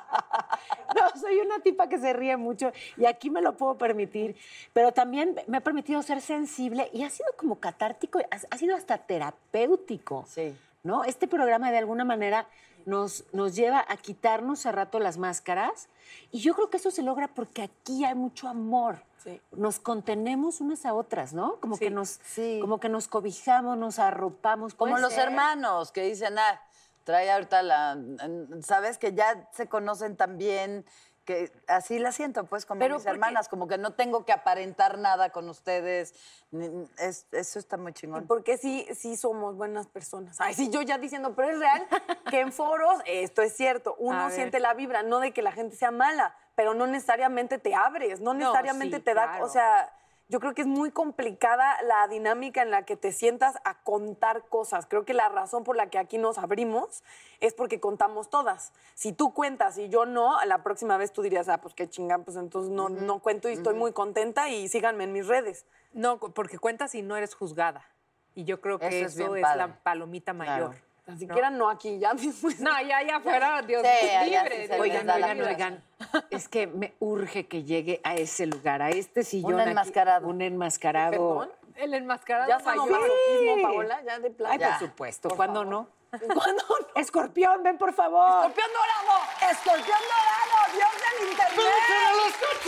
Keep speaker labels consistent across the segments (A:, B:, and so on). A: No, soy una tipa que se ríe mucho y aquí me lo puedo permitir, pero también me ha permitido ser sensible y ha sido como catártico, ha, ha sido hasta terapéutico.
B: Sí.
A: ¿No? Este programa de alguna manera nos, nos lleva a quitarnos a rato las máscaras y yo creo que eso se logra porque aquí hay mucho amor.
C: Sí.
A: Nos contenemos unas a otras, ¿no? Como que nos
B: sí.
A: como que nos cobijamos, nos arropamos,
B: Como
A: puede
B: los
A: ser.
B: hermanos que dicen, ah, trae ahorita la. mm, Sabes que ya se conocen tan bien. Que así la siento, pues, como
C: Pero
B: mis
C: porque-
B: hermanas, como que no tengo que aparentar nada con ustedes. ni- es- eso está muy chingón.
C: Porque sí, sí somos buenas personas. Ay, sí, yo ya diciendo, pero es real que en foros, esto es cierto, uno siente la vibra, no de que la gente sea mala, pero no necesariamente te abres, no necesariamente
D: sí,
C: te da,
D: claro.
C: o sea, yo creo que es muy complicada la dinámica en la que te sientas a contar cosas. Creo que la razón por la que aquí nos abrimos es porque contamos todas. Si tú cuentas y yo no, la próxima vez tú dirías, ah, pues qué chingan, pues entonces no, no cuento y estoy muy contenta y síganme en mis redes.
D: Pues, No, co- porque cuentas y no eres juzgada. Y yo creo que
B: Eso
D: eso,
B: es
D: es,
B: bien padre.
D: la palomita mayor.
C: Ni siquiera no aquí, ya después.
D: No, ya, ya fuera, Dios
B: Sí, allá
D: libre.
B: sí se
D: Dios
B: les
A: Oigan,
B: da la
D: libre.
A: oigan, oigan. Es que me urge que llegue a ese lugar, a este sillón.
B: Un
A: aquí,
B: enmascarado.
A: un enmascarado.
C: Perdón.
D: El enmascarado
C: Ya falló
D: mayor.
C: masoquismo, Paola, ya de
A: Ay,
C: plano.
B: Ya.
E: pues,
A: por supuesto. ¿Cuándo
C: favor.
A: no? ¿Cuándo no? Escorpión, ven por favor.
B: ¡Escorpión dorado! ¡Escorpión dorado! ¡Dios del internet!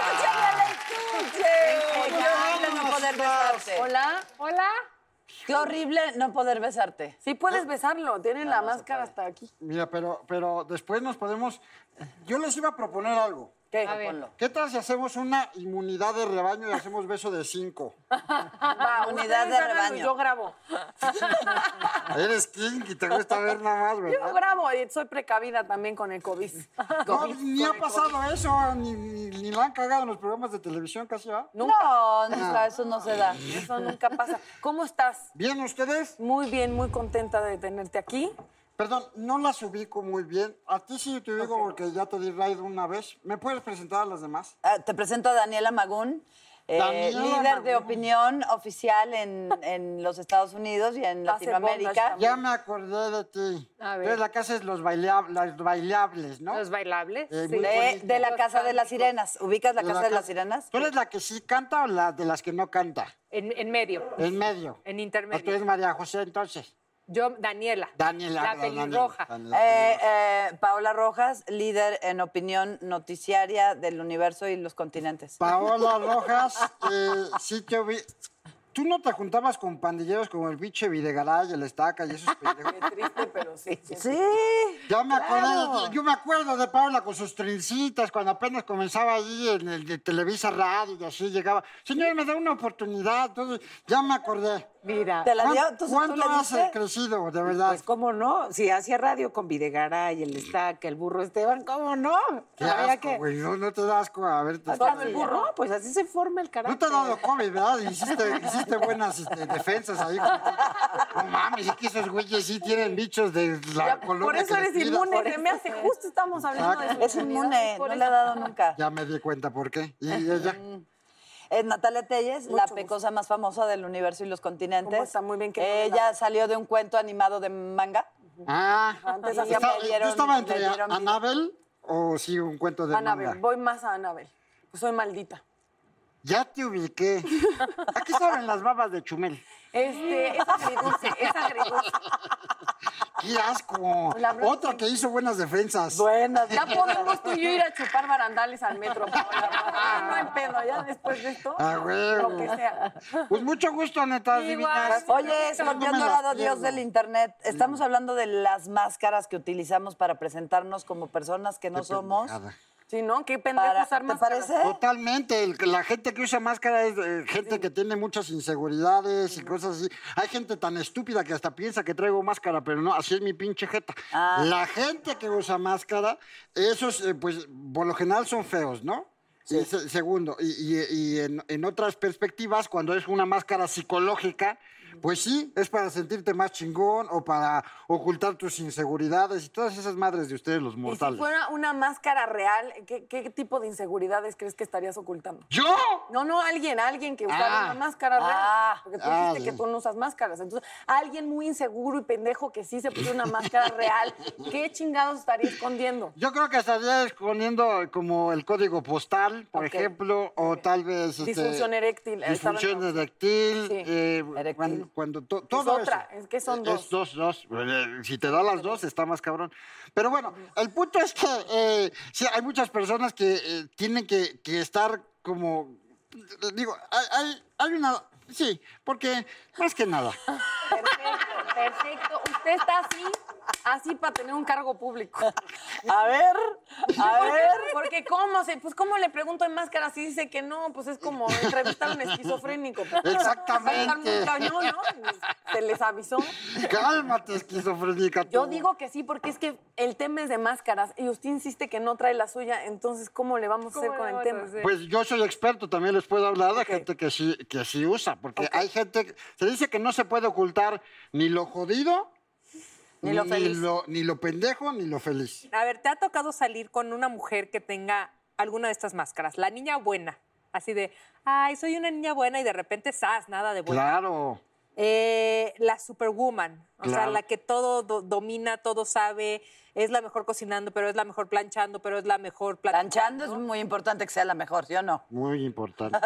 B: ¡Escúchame el estuche! Qué horrible no poder besarte.
C: Hola.
D: Hola.
B: Qué horrible no poder besarte.
C: Sí puedes besarlo, tienen la máscara hasta aquí.
E: Mira, pero, pero después nos podemos. eh, Yo les iba a proponer algo.
C: ¿Qué?
D: A ver.
B: Ponlo.
E: ¿Qué tal si hacemos una inmunidad de rebaño y hacemos beso de cinco?
B: Va, unidad de
C: Yo
B: rebaño.
C: grabo.
E: Eres king y te gusta ver nada más,
C: Yo
E: ¿verdad?
C: grabo y soy precavida también con el COVID.
E: No, ni ha pasado eso, ni, ni, ni la han cagado en los programas de televisión casi, ¿va?
B: No, nunca, eso no se da.
C: Eso nunca pasa. ¿Cómo estás?
E: ¿Bien ustedes?
C: Muy bien, muy contenta de tenerte aquí.
E: Perdón, no las ubico muy bien. A ti sí te ubico porque ya te di raid una vez. ¿Me puedes presentar a las demás?
B: Ah, te presento a Daniela Magún, eh,
E: Daniela
B: líder de
E: Magún.
B: opinión oficial en, en los Estados Unidos y en
C: Hace
B: Latinoamérica.
C: bondage
E: Ya me acordé de ti.
D: A ver.
E: Tú eres la casa de los bailab- las bailables, ¿no?
D: Los bailables.
E: Eh,
D: sí.
E: muy
B: De,
E: bonito.
B: de la Casa de las Sirenas. ¿Ubicas la
E: De la
B: Casa de las
E: ca-
B: Sirenas?
E: ¿Tú eres la que sí canta o la de las que no canta?
D: En, en medio.
E: En medio.
D: En
E: Pues tú
D: intermedio.
E: eres María José, entonces.
D: Yo, Daniela.
E: Daniela.
D: La
E: Daniela,
D: pelirroja.
E: Daniela,
B: Eh,
E: Daniela.
B: eh, Paola Rojas, líder en opinión noticiaria del universo y los continentes.
E: Paola Rojas, eh, sí te ubi- Tú no te juntabas con pandilleros como el biche Videgaray, el Estaca y esos pendejos.
C: Triste, pero sí.
B: Sí.
E: Ya me acordé, de- yo me acuerdo de Paula con sus trincitas cuando apenas comenzaba ahí en el de Televisa Radio y así llegaba. Señor, me da una oportunidad. Entonces, ya me acordé.
A: Mira.
C: Te la dio,
E: ¿Cuán-
C: tú- tú
E: ¿Cuánto
C: le
E: has
C: diste?
E: crecido, de verdad?
A: Pues cómo no, si hacía radio con Videgaray, el Estaca, el burro Esteban, ¿cómo no?
E: Qué
A: Había
E: asco, güey. No, no te da asco a verte.
A: Todo el burro, pues así se forma el
E: No
A: carácter.
E: te ha dado COVID, ¿verdad? Hiciste, hiciste buenas este, defensas ahí. No mames, es que esos güeyes sí tienen bichos de la colonia.
C: Por eso
E: que les
C: eres
E: tira.
C: inmune, se me hace justo estamos hablando de
E: Exacto.
C: sus
B: Es inmune, no le ha dado nunca.
E: Ya me di cuenta por qué. Y ella,
B: Es Natalia Telles, la pecosa más famosa del universo y los continentes.
C: ¿Cómo está? Muy bien que no le
B: Ella salió de un cuento animado de manga.
E: ah,
C: Antes
E: yo
C: hacía-
E: estaba-
B: le dieron-
E: yo estaba
B: le
E: entre
B: dieron vida.
E: Anabel o sí un cuento de
C: Anabel,
E: manga.
C: voy más a Anabel. Pues soy maldita.
E: Ya te ubiqué. ¿A qué saben las babas de Chumel?
C: Este, es agridulce, es agridulce.
E: ¡Qué asco!
C: La verdad
E: Otra que hizo buenas defensas.
B: Buenas.
C: Ya podemos tú y yo ir a chupar barandales al metro. Paola. Ah, No hay pedo, ya después de esto,
E: Ah, güey.
C: lo que sea.
E: Pues mucho gusto, neta, divinas.
B: Oye,
E: No
B: escorpión
E: me las pierdo.
B: dorado, dios del internet. Estamos hablando de las máscaras que utilizamos para presentarnos como personas que no
E: Qué
B: somos.
E: pendejada.
C: Sí, ¿no? Qué pendejo
B: Para-
C: usar
B: ¿Te
C: más.
B: parece?
E: Totalmente, el- la gente que usa máscara es eh, gente que tiene muchas inseguridades y cosas así. Hay gente tan estúpida que hasta piensa que traigo máscara, pero no, así es mi pinche jeta.
B: Ah.
E: La gente que usa máscara, esos, eh, pues, por lo general son feos, ¿no? Y se- segundo, y, y- y en, en otras perspectivas, cuando es una máscara psicológica, pues sí, es para sentirte más chingón o para ocultar tus inseguridades y todas esas madres de ustedes los
C: Y si
E: mortales.
C: fuera una máscara real, ¿qué, qué tipo de inseguridades crees que estarías ocultando?
E: ¿Yo?
C: No, no, alguien, alguien que usara
E: Ah.
C: una máscara real.
B: Ah.
C: porque tú
E: Ah,
C: dijiste que
E: sí.
C: tú no usas máscaras. Entonces, alguien muy inseguro y pendejo que sí se puso una máscara real, ¿qué chingados estaría escondiendo?
E: Yo creo que estaría escondiendo como el código postal, por
C: Ok.
E: ejemplo, o tal vez... este,
C: Disfunción eréctil, eh, estaba
E: Disfunción
C: en-
E: eréctil.
C: Sí.
E: eh,
B: Eréctil.
E: Cuando, cuando to- todo
C: otra,
E: eso.
C: es que son
E: Eh, es dos, dos. Eh, Si te da las dos, está más cabrón. Pero bueno, el punto es que eh, sí, hay muchas personas que eh, tienen que, que estar como... Digo, hay, hay, hay una... Sí, porque más que nada...
C: Perfecto, perfecto. Usted está así, así para tener un cargo público.
B: A ver, a ver.
C: Porque cómo se, pues cómo le pregunto en máscara si dice que no, pues es como entrevistar a un esquizofrénico. Pues,
E: Exactamente.
C: va a estar muy cañón, ¿no? Pues, Se les avisó.
E: Cálmate, esquizofrénica.
C: Yo
E: tú.
C: digo que sí, porque es que el tema es de máscaras y usted insiste que no trae la suya, entonces ¿cómo le vamos a hacer con el tema?
E: Pues yo soy experto, también les puedo hablar de gente que sí, que sí usa, porque hay gente, se dice que no se puede ocultar ni lo jodido,
B: Ni lo feliz.
E: lo- ni lo pendejo, ni lo feliz.
D: A ver, ¿te ha tocado salir con una mujer que tenga alguna de estas máscaras? La niña buena. Así de, ay, soy una niña buena y de repente, sas, nada de buena.
E: Claro.
D: Eh, la superwoman, o sea,
E: Claro.
D: la que todo do- domina, todo sabe, es la mejor cocinando, pero es la mejor planchando, pero es la mejor planchando.
B: Planchando es muy importante que sea la mejor, ¿sí o no?
E: Muy importante.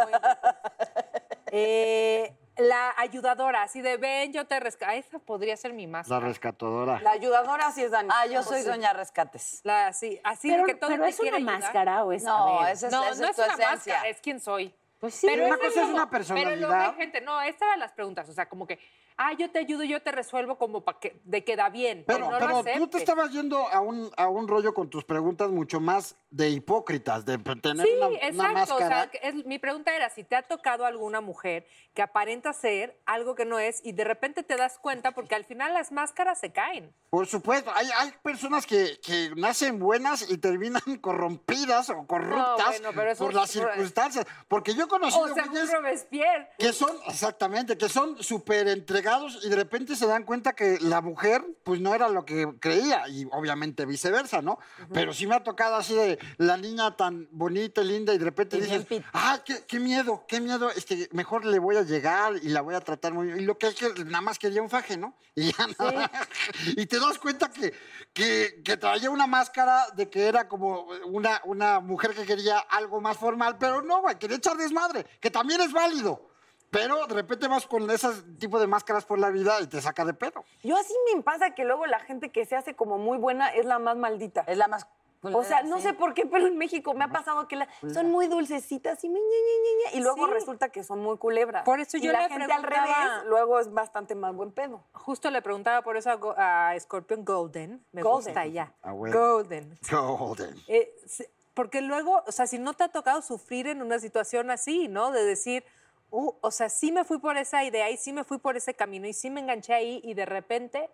D: Eh, la ayudadora, así de, ven, yo te rescato. Esa podría ser mi
E: La
D: máscara.
E: rescatadora.
C: La ayudadora sí es Dani.
B: Ah, yo soy doña Rescates.
D: La, sí, así de
A: Pero,
D: que todo
A: pero
D: te
A: es una
D: quiere ayudar.
A: máscara o es.
B: No,
A: a ver.
B: esa es,
D: No,
B: esa
D: no
B: es
D: es
B: tu
D: una
B: esencia.
D: máscara, es quien soy.
A: Pues sí.
E: Una
D: ese
E: cosa es
D: lo-
E: una
D: Pero luego
E: personalidad.
D: hay gente, no, estas eran las preguntas, o sea, como que, ah, yo te ayudo, yo te resuelvo como para que de queda bien.
E: Pero,
D: no
E: pero
D: lo
E: tú te
D: aceptes.
E: estabas yendo a un, a un rollo con tus preguntas mucho más de hipócritas, de tener
D: Sí,
E: una, una
D: exacto. o sea,
E: máscara.
D: que es- mi pregunta era si te ha tocado alguna mujer que aparenta ser algo que no es y de repente te das cuenta porque al final las máscaras se caen.
E: Por supuesto, hay, hay personas que, que nacen buenas y terminan corrompidas o corruptas
D: bueno, pero eso
E: por
D: es-
E: las circunstancias. Porque yo conocí
D: O sea, un Robespierre.
E: que son, exactamente, que son súper entregados y de repente se dan cuenta que la mujer, pues no era lo que creía y obviamente viceversa, ¿no? Pero sí me ha tocado así de la niña tan bonita y linda y de repente dices, ah, qué, qué miedo, qué miedo, este, mejor le voy a llegar y la voy a tratar muy bien. Y lo que es que nada más quería un faje, ¿no? Y ya nada. Y te das cuenta que, que, que traía una máscara de que era como una, una mujer que quería algo más formal, pero no, güey, quería echar desmadre, que también es válido. Pero de repente vas con ese tipo de máscaras por la vida y te saca de pedo.
C: Yo así me pasa que luego la gente que se hace como muy buena es la más maldita.
B: Es la más.
C: O sea, no sé por qué, pero en México me ha pasado que la- son muy dulcecitas y me- ñe, ñe, ñe, ñe, y luego
D: Sí.
C: resulta que son muy culebras.
D: Por eso
C: Y
D: yo
C: la
D: le
C: gente al
D: preguntaba-
C: revés luego es bastante más buen pedo.
D: Justo le preguntaba por eso a, Go- a Scorpion Golden. Me
C: Golden.
D: gusta ya.
E: Ah, bueno.
D: Golden.
E: Golden.
D: Eh, se- porque luego, o sea, si no te ha tocado sufrir en una situación así, ¿no? De decir, uh, o sea, sí me fui por esa idea y sí me fui por ese camino y sí me enganché ahí y de repente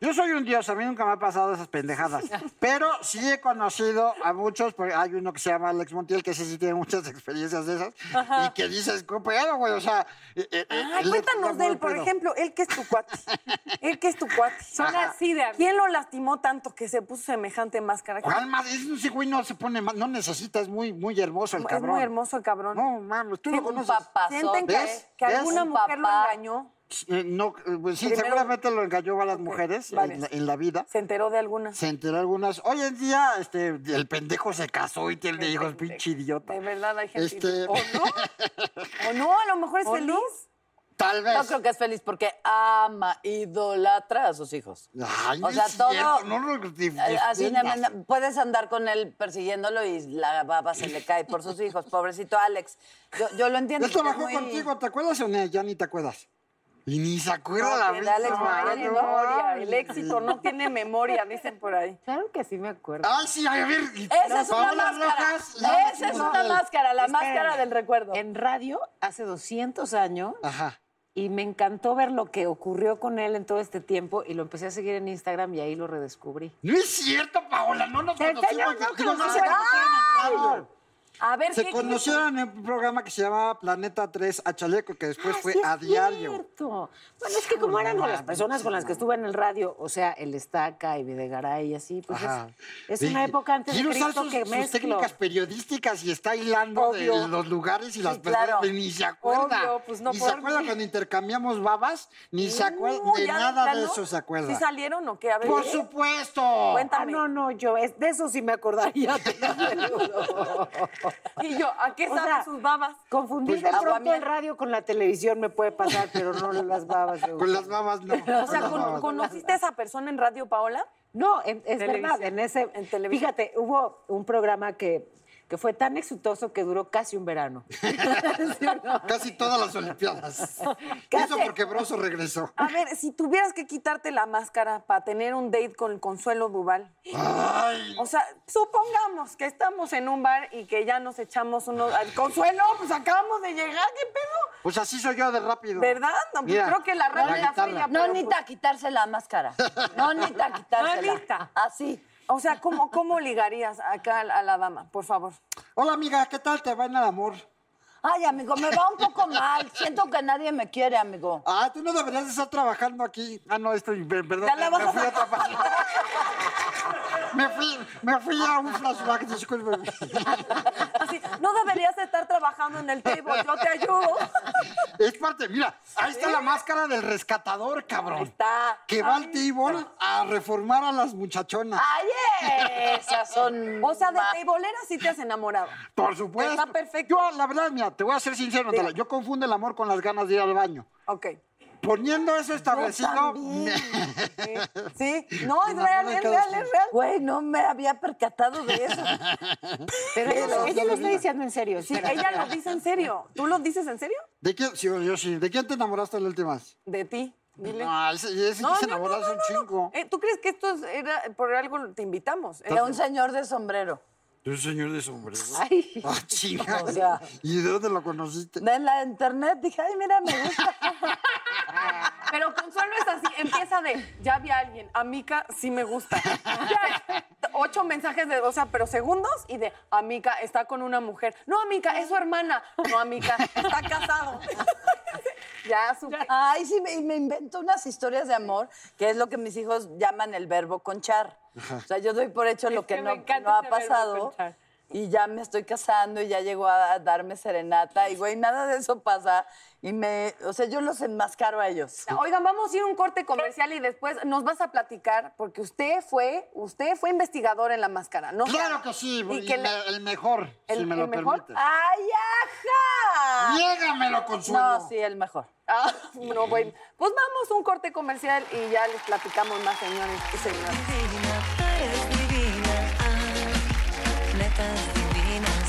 E: Yo soy un dios, a mí nunca me ha pasado esas pendejadas. Pero sí he conocido a muchos, porque hay uno que se llama Alex Montiel, que sí, sí tiene muchas experiencias de esas, y que dices, compañero, güey, o sea... eh, eh,
C: Ay,
E: él le pega
C: cuéntanos de
E: muy
C: él, por
E: pedo.
C: ejemplo, él que es tu cuate. él que es tu cuate.
D: son así de amigos.
C: ¿Quién lo lastimó tanto que se puso semejante máscara?
E: ¿Cuál más? Ese güey no se pone mal, no necesita, es muy, muy hermoso el
C: es
E: cabrón.
C: muy hermoso el cabrón.
E: No, mames, tú lo
B: un
E: conoces.
B: papá.
C: Sienten que,
E: ¿Ves?
C: que
E: ¿Ves?
C: alguna
E: Un
C: mujer lo
B: papá.
C: engañó,
E: Eh, No, eh, pues sí,
C: Primero-
E: seguramente lo engañó a las mujeres
C: vale.
E: en, la, en la vida.
C: se enteró de alguna.
E: Se enteró algunas. Hoy en día, este, el pendejo se casó y tiene hijos, pinche idiota.
C: De verdad hay gente. "Oh,
E: Este-
C: O no, o no, a lo mejor es
B: ¿O
C: feliz.
B: no?
E: Tal vez.
B: No creo que es feliz porque ama, idolatra a sus hijos.
E: Ay,
B: O
E: no
B: sea,
E: es
B: todo-
E: cierto, no lo dif-
B: Eh, Así nada más,
E: defiendas.
B: na- puedes andar con él persiguiéndolo y la baba se le cae por sus hijos. Pobrecito Alex. Yo, yo lo entiendo.
E: Él
B: porque
E: trabajó
B: es muy-
E: contigo, ¿te acuerdas o no? ya ni te acuerdas? Y ni se acuerda la
B: No, que de Alex
E: misma,
B: Mayer,
E: no,
C: memoria,
E: ay,
C: el éxito no tiene memoria, dicen por ahí.
A: Claro que sí me acuerdo.
E: Ay, sí, a ver. y-
B: Esa es una
E: Paola
B: máscara.
E: Rojas, ya
B: Esa es
E: decimos
B: una
E: del-
B: máscara, la
A: Espérame.
B: máscara del recuerdo.
A: En radio, hace 200 años,
E: Ajá.
A: y me encantó ver lo que ocurrió con él en todo este tiempo, y lo empecé a seguir en Instagram y ahí lo redescubrí.
E: No es cierto, Paola, no nos
A: El
E: conocimos.
A: señor no
E: digo, no se
A: conoció.
E: conocieron en
A: ¡Ah!
E: radio.
C: A ver,
E: Se
C: ¿qué-
E: conocieron en un programa que se llamaba Planeta 3 a Chaleco, que después
A: Ah,
E: fue
A: sí es
E: a diario.
A: cierto. Bueno, es que como Pues, eran con
E: Ah,
A: las personas con las que estuve en el radio, o sea, el Estaca y Videgaray y así, pues es-
E: Ajá.
A: es,
E: Sí,
A: una época antes de
E: quiere usar
A: Cristo
E: sus,
A: que
E: sus
A: mezclo.
E: técnicas periodísticas y está hilando de
C: Obvio.
E: los lugares y las
C: Sí,
E: personas
C: claro.
E: y ni se acuerda.
C: Obvio, pues no
E: ni se
C: por
E: acuerda
C: mí.
E: cuando intercambiamos babas, ni se acuerda
C: Uh,
E: de
C: ¿ya
E: nada de
C: plano?
E: eso se acuerda.
C: ¿Sí salieron o qué? A ver,
E: Por
C: ¿eh?
E: supuesto.
A: Ah,
C: Cuéntame.
A: no, no, yo es- de eso sí me acordaría. te lo juro.
C: Y yo, "Ah, ¿a qué
A: O
C: saben
A: sea,
C: sus babas? Pues,
A: Confundir de pronto el radio con la televisión me puede pasar, pero no las babas. seguro.
E: Con las babas no.
C: O sea, ¿con- ¿conociste a esa persona en Radio Paola?
A: No, en- es
C: Televisión.
A: verdad. En ese,
C: En televisión.
A: Fíjate, hubo un programa que, que fue tan exitoso que duró casi un verano. ¿Sí o no?
E: Casi todas las olimpiadas. Y
A: Casi.
E: Eso porque Broso regresó.
C: A ver, si tuvieras que quitarte la máscara para tener un date con Consuelo Duval,
E: Ay,
C: o sea, supongamos que estamos en un bar y que ya nos echamos unos... Ay, Consuelo, pues acabamos de llegar, ¿qué pedo?
E: pues así soy yo de rápido.
C: ¿Verdad? No, pues
E: Mira,
C: creo que la rama ya
E: guitarra.
C: fue ya-
B: No
C: pero,
B: necesita
C: pues,
B: quitarse la máscara. No necesita quitársela.
C: Mamita.
B: Así.
C: O sea, ¿cómo, cómo ligarías acá a la a la dama, por favor?
E: Hola, amiga, ¿qué tal te va en el amor?
B: Ay, amigo, me va un poco mal. Siento que nadie me quiere, amigo.
E: Ah, tú no deberías de estar trabajando aquí. Ah, no, estoy, per- perdón,
C: Ya
E: me,
C: la vas a
E: fui a otra parte. me, fui, me fui a un flashback, discúlpeme.
C: Así, no deberías estar trabajando en el table, yo te ayudo.
E: Es parte, mira, ahí está la máscara del rescatador, cabrón.
C: está.
E: Que va al table a reformar a las muchachonas.
B: Ay, esas son.
C: O sea, de teibolera sí te has enamorado.
E: Por supuesto.
C: Está perfecto.
E: Yo, la verdad, mira, te voy a ser sincero, Natalia. Yo confundo el amor con las ganas de ir al baño.
C: Ok.
E: Poniendo eso establecido. me-
C: Sí, no, es
E: Me
C: real,
E: enamoré
C: es
E: cada
C: real,
E: vez
C: es real.
B: Güey, no me había percatado de eso.
A: Pero
E: Pero
A: eso,
E: ya
A: eso
E: lo
A: lo está
E: vi.
A: diciendo en serio.
C: Sí,
A: espérate.
C: ella lo dice en serio. ¿Tú lo dices en serio?
E: ¿De quién? Sí, yo sí. ¿De quién te enamoraste la última vez?
C: De ti. Dile.
E: No, ese, ese que se enamoró hace un chingo.
C: Eh, ¿Tú crees que esto es- era por algo te invitamos? Era
B: Era un señor de sombrero.
E: De un señor de sombrero.
A: Ay.
E: Ah, chinga.
B: O sea.
E: ¿Y de dónde lo conociste?
B: En la internet dije, ay, mira, me gusta.
C: Pero Consuelo es así, empieza de, ya vi a alguien, a Mica sí me gusta. Ya, ocho mensajes de, o sea, pero segundos y de, a Mica está con una mujer. No, a Mica, es su hermana. No, a Mica, está casado. ya, su...
B: Ay, sí, me, me invento unas historias de amor, que es lo que mis hijos llaman el verbo conchar. O sea, yo doy por hecho lo
D: Es
B: que,
D: que me
B: no,
D: encanta
B: no ha
D: ese verbo,
B: pasado.
D: conchar.
B: Y ya me estoy casando y ya llegó a darme serenata. Y güey, nada de eso pasa. Y me, o sea, yo los enmascaro a ellos.
C: Oigan, vamos a ir a un corte comercial y después nos vas a platicar, porque usted fue, usted fue investigador en la máscara, ¿no?
E: Claro que sí,
C: Y
E: y
C: que
E: me-
C: le-
E: el mejor, si
C: ¿El-
E: me lo
C: el mejor? ah,
E: permites.
B: ¡Ay, ajá!
E: Niégamelo, Consuelo.
B: No, sí, el mejor.
C: Ah, no, bueno. Pues vamos a un corte comercial y ya les platicamos más, señores y señoras.
F: divina, tú eres divina. Ah, netas divinas,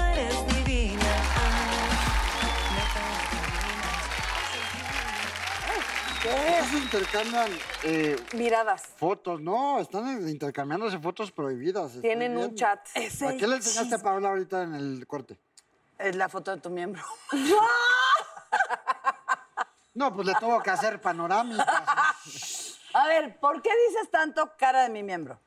F: eres divina. Ah, netas divinas.
E: Todos intercambian eh,
C: Miradas.
E: fotos, ¿no? Están intercambiándose fotos prohibidas. estoy
C: Tienen un
E: viendo.
C: chat.
E: ¿A qué le enseñaste a Paola ahorita en el corte?
B: Es la foto de tu miembro.
E: No, pues le tuvo que hacer panorámica.
B: A ver, ¿por qué dices tanto cara de mi miembro?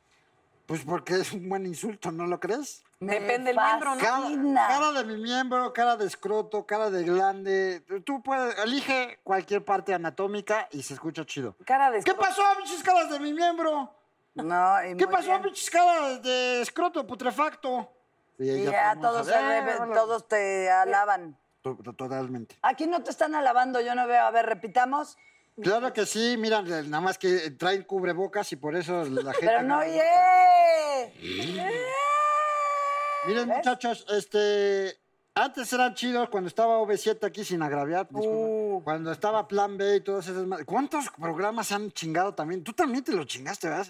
E: Pues porque es un buen insulto, ¿no lo crees?
C: Depende del miembro, ¿no?
E: Cara,
B: fascina.
E: cara de mi miembro, cara de escroto, cara de glande. Tú puedes, elige cualquier parte anatómica y se escucha chido.
C: Cara de
E: ¿Qué
C: escroto.
E: pasó, bichis caras de mi miembro?
B: No, y
E: ¿Qué
B: muy
E: pasó,
B: bien.
E: bichis caras de escroto putrefacto? Sí,
B: Y
E: ya
B: ya
E: podemos
B: todos,
E: saber,
B: se re-
E: hola.
B: todos te alaban.
E: To- to- Totalmente.
B: Aquí no te están alabando, yo no veo. A ver, repitamos.
E: Claro que sí, mira, nada más que traen cubrebocas y por eso la gente.
B: Pero no,
E: oye.
B: ¡eh!
E: Miren, muchachos, este. Antes eran chidos cuando estaba OV7 aquí sin agraviar. disculpa. Cuando estaba Plan B y todas esas. ma- ¿Cuántos programas se han chingado también? Tú también te lo chingaste, ¿verdad?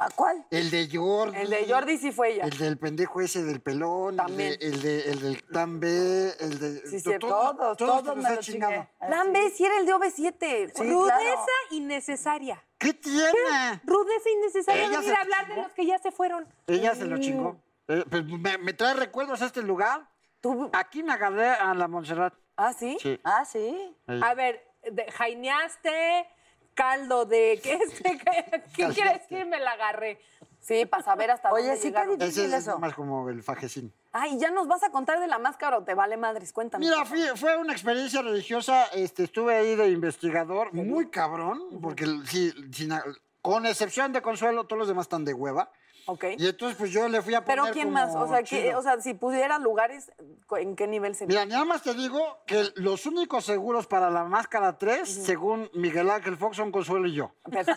B: ¿A cuál?
E: El de Jordi.
C: El de Jordi sí fue ella.
E: El del pendejo ese del pelón.
C: También.
E: El, de- el de- el del Plan B. El de.
B: Sí,
E: to-
B: cierto.
E: todo- todos
B: Todos, todos
E: te los
B: me
E: has
B: lo
E: chingado.
B: chingué.
D: Dame si Ah, era el de OV7.
B: Sí,
D: rudeza
B: claro.
D: innecesaria.
E: ¿Qué tiene?
D: Rudeza innecesaria
E: Ella
D: venir
E: se
D: a hablar de
E: chingó.
D: los que ya se fueron.
E: Ella se lo chingó. Eh, pues, me, me trae recuerdos a este lugar.
C: Tú-
E: Aquí me agarré a la Montserrat.
C: ¿Ah, sí?
E: Sí.
B: Ah, sí.
D: A ver, de- jaineaste, caldo de... ¿Qué, es- qué- qué- qué quiere decir? Me la agarré.
C: Sí, para saber hasta
B: Oye,
C: dónde
B: sí, qué
C: llegaron.
E: Ese
B: difícil
E: es
B: eso.
E: más como el fajecín.
C: Ay, ¿ya nos vas a contar de la máscara o te vale madres? Cuéntame.
E: Mira, fui- fue una experiencia religiosa. Este, estuve ahí de investigador, muy cabrón, porque sí, sin a- con excepción de Consuelo, todos los demás están de hueva.
C: Ok.
E: Y entonces, pues yo le fui a poner.
C: Pero ¿quién más? O
E: como
C: sea, ¿qué-
E: chido.
C: o sea, si pudiera lugares, cu- ¿en qué nivel sería?
E: Mira, nada más te digo que los únicos seguros para la máscara 3, según Miguel Ángel Fox, son Consuelo y yo.
C: Perfecto,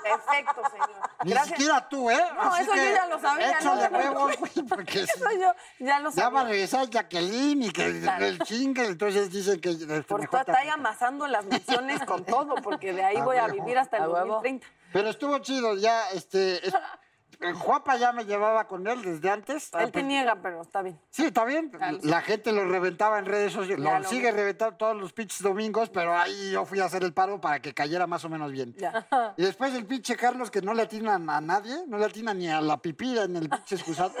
C: perfecto, señor.
E: Ni
C: Gracias.
E: siquiera tú, ¿eh?
C: No, eso yo ya lo sabía, no
E: Échale
C: te
E: huevos, güey, porque sí.
C: Eso yo ya lo
E: Ya va a
C: sabía.
E: regresar Jacqueline y que el chingue, entonces dicen que... este,
C: Por
E: mejor
C: estar
E: te
C: ahí
E: aplicas.
C: amasando las menciones con todo, porque de ahí
E: A
C: voy a
E: huevo,
C: vivir hasta el
B: a huevo.
C: 2030.
E: Pero estuvo chido, ya, este... es- Juapa ya me llevaba con él desde antes. Ah,
C: Él te
E: pues,
C: niega, pero está bien.
E: Sí, está bien. La gente lo reventaba en redes sociales.
C: Ya
E: Lo
C: lo
E: sigue
C: vi.
E: reventando todos los pinches domingos, pero ahí yo fui a hacer el paro para que cayera más o menos bien.
C: Ya.
E: Y después el pinche Carlos que no le atina a nadie, no le atina ni a la pipí en el pinche excusado.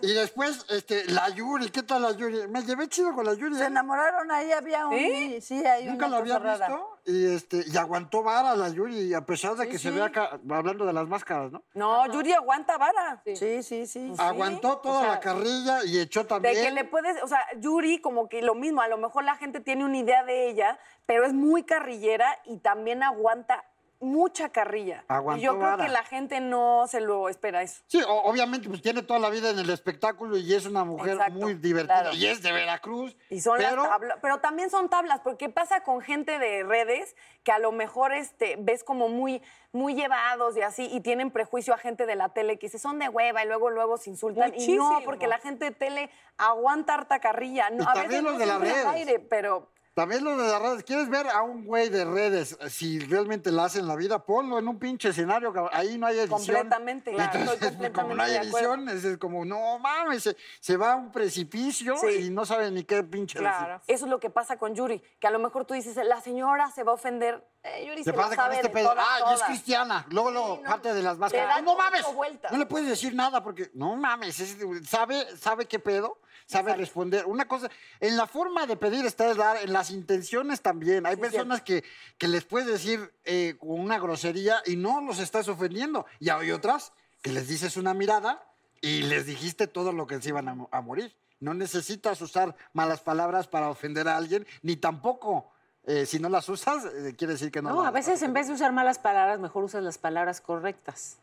E: Y después, este, la Yuri, ¿qué tal la Yuri? Me llevé chido con la Yuri.
B: Se
E: ¿eh?
B: enamoraron, ahí había un... ¡Eh! Sí, ahí
E: Nunca
B: una
E: la había
B: cosa rara.
E: visto. Y este, y aguantó vara la Yuri, a pesar de que se vea ca- hablando de las máscaras, ¿no?
C: No, Yuri aguanta vara.
B: Sí, sí, sí.
E: Aguantó toda la carrilla y echó
C: De
E: también.
C: que le puedes, o sea, Yuri como que lo mismo, a lo mejor la gente tiene una idea de ella, pero es muy carrillera y también aguanta mucha carrilla.
E: Aguantó
C: y yo creo
E: vara.
C: que la gente no se lo espera eso.
E: Sí, o- obviamente, pues tiene toda la vida en el espectáculo y es una mujer
C: Exacto,
E: muy divertida.
C: claro.
E: Y es de Veracruz.
C: Y son
E: pero
C: las tablas, pero también son tablas, porque pasa con gente de redes que a lo mejor este, ves como muy, muy llevados y así, y tienen prejuicio a gente de la tele que dice, son de hueva y luego, luego se insultan. Y no,
D: Muchísimo.
C: porque la gente de tele aguanta harta carrilla. No,
E: Y
C: a veces
E: también los
C: no
E: de las
C: siempre al
E: redes.
C: aire, pero
E: También lo de las redes. ¿Quieres ver a un güey de redes eh, si realmente la hace en la vida? Ponlo en un pinche escenario, cabrón. ahí no hay edición.
C: Completamente, claro, estoy
E: Entonces, como no hay
C: completamente de acuerdo.
E: edición, es es como, no mames, se, se va a un precipicio
C: Sí.
E: y no sabe ni qué pinche
D: Claro.
E: decir.
C: Eso es lo que pasa con Yuri, que a lo mejor tú dices, la señora se va a ofender. Eh, Yuri
E: Te
C: se la
E: pasa con
C: sabe
E: este
C: de
E: pedo.
C: todas,
E: Ah, y es
C: todas.
E: cristiana. Luego, luego, parte de las
C: Le
E: máscaras.
C: da
E: ¡Ah, ¡No mames!
C: ocho vueltas.
E: No le puedes decir nada porque, no mames, es- sabe, sabe qué pedo, sabe responder. Una cosa, en la forma de pedir está el dar, en las intenciones también. Hay personas que, que les puedes decir eh, con una grosería y no los estás ofendiendo. Y hay otras que les dices una mirada y les dijiste todo lo que se iban a, mo- a morir. No necesitas usar malas palabras para ofender a alguien, ni tampoco. eh, si no las usas, eh, quiere decir que no.
A: No,
E: la-
A: a veces en vez de usar malas palabras, mejor usas las palabras correctas.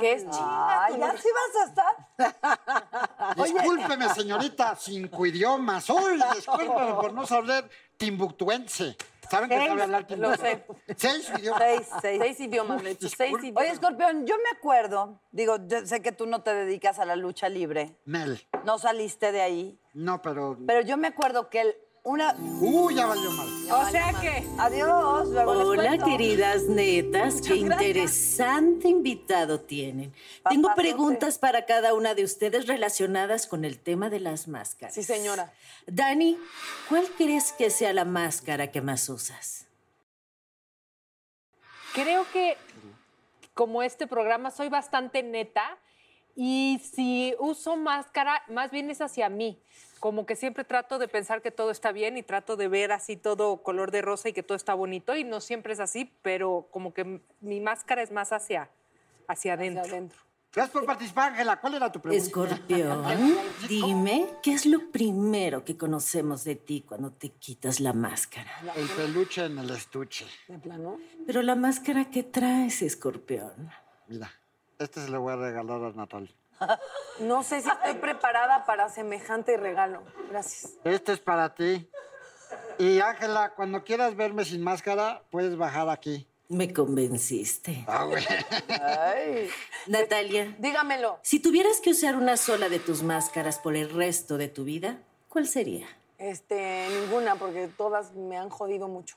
C: Que es chinga.
B: Ay,
C: tu
B: ya
C: madre.
B: sí vas a estar.
E: Discúlpeme, señorita, cinco idiomas. Uy, discúlpeme por no saber timbuktuense. ¿Saben que sabe hablar
C: lo sé.
E: timbuktuense? Seis idiomas.
B: Seis, seis.
C: Seis idiomas, de hecho, seis idiomas.
B: Oye, Escorpión, yo me acuerdo, digo, yo sé que tú no te dedicas a la lucha libre,
E: Nel.
B: no saliste de ahí,
E: No, pero.
B: pero yo me acuerdo que el- una...
E: Uy, ya valió mal.
D: O sea que.
B: Adiós, luego les
G: Hola,
B: cuento.
G: queridas netas, qué
B: gracias.
G: interesante invitado tienen. Tengo
B: Papazote.
G: preguntas para cada una de ustedes relacionadas con el tema de las máscaras.
C: Sí, señora.
G: Dani, ¿cuál crees que sea la máscara que más usas?
D: Creo que como este programa soy bastante neta y si uso máscara, más bien es hacia mí. Como que siempre trato de pensar que todo está bien y trato de ver así todo color de rosa y que todo está bonito y no siempre es así, pero como que m- mi máscara es más hacia, hacia adentro.
E: Gracias por participar, Ángela. ¿Cuál era tu pregunta?
G: Escorpión, dime, ¿qué es lo primero que conocemos de ti cuando te quitas la máscara?
E: El peluche en el estuche.
G: Pero la máscara que traes, escorpión.
E: Mira, este se lo voy a regalar a Natalia.
C: No sé si estoy preparada para semejante regalo. Gracias.
E: Este es para ti. Y Ángela, cuando quieras verme sin máscara, puedes bajar aquí.
G: Me convenciste.
E: Ah, güey.
G: Natalia,
C: Dígamelo.
G: si tuvieras que usar una sola de tus máscaras por el resto de tu vida, ¿cuál sería?
C: Este, ninguna, porque todas me han jodido mucho.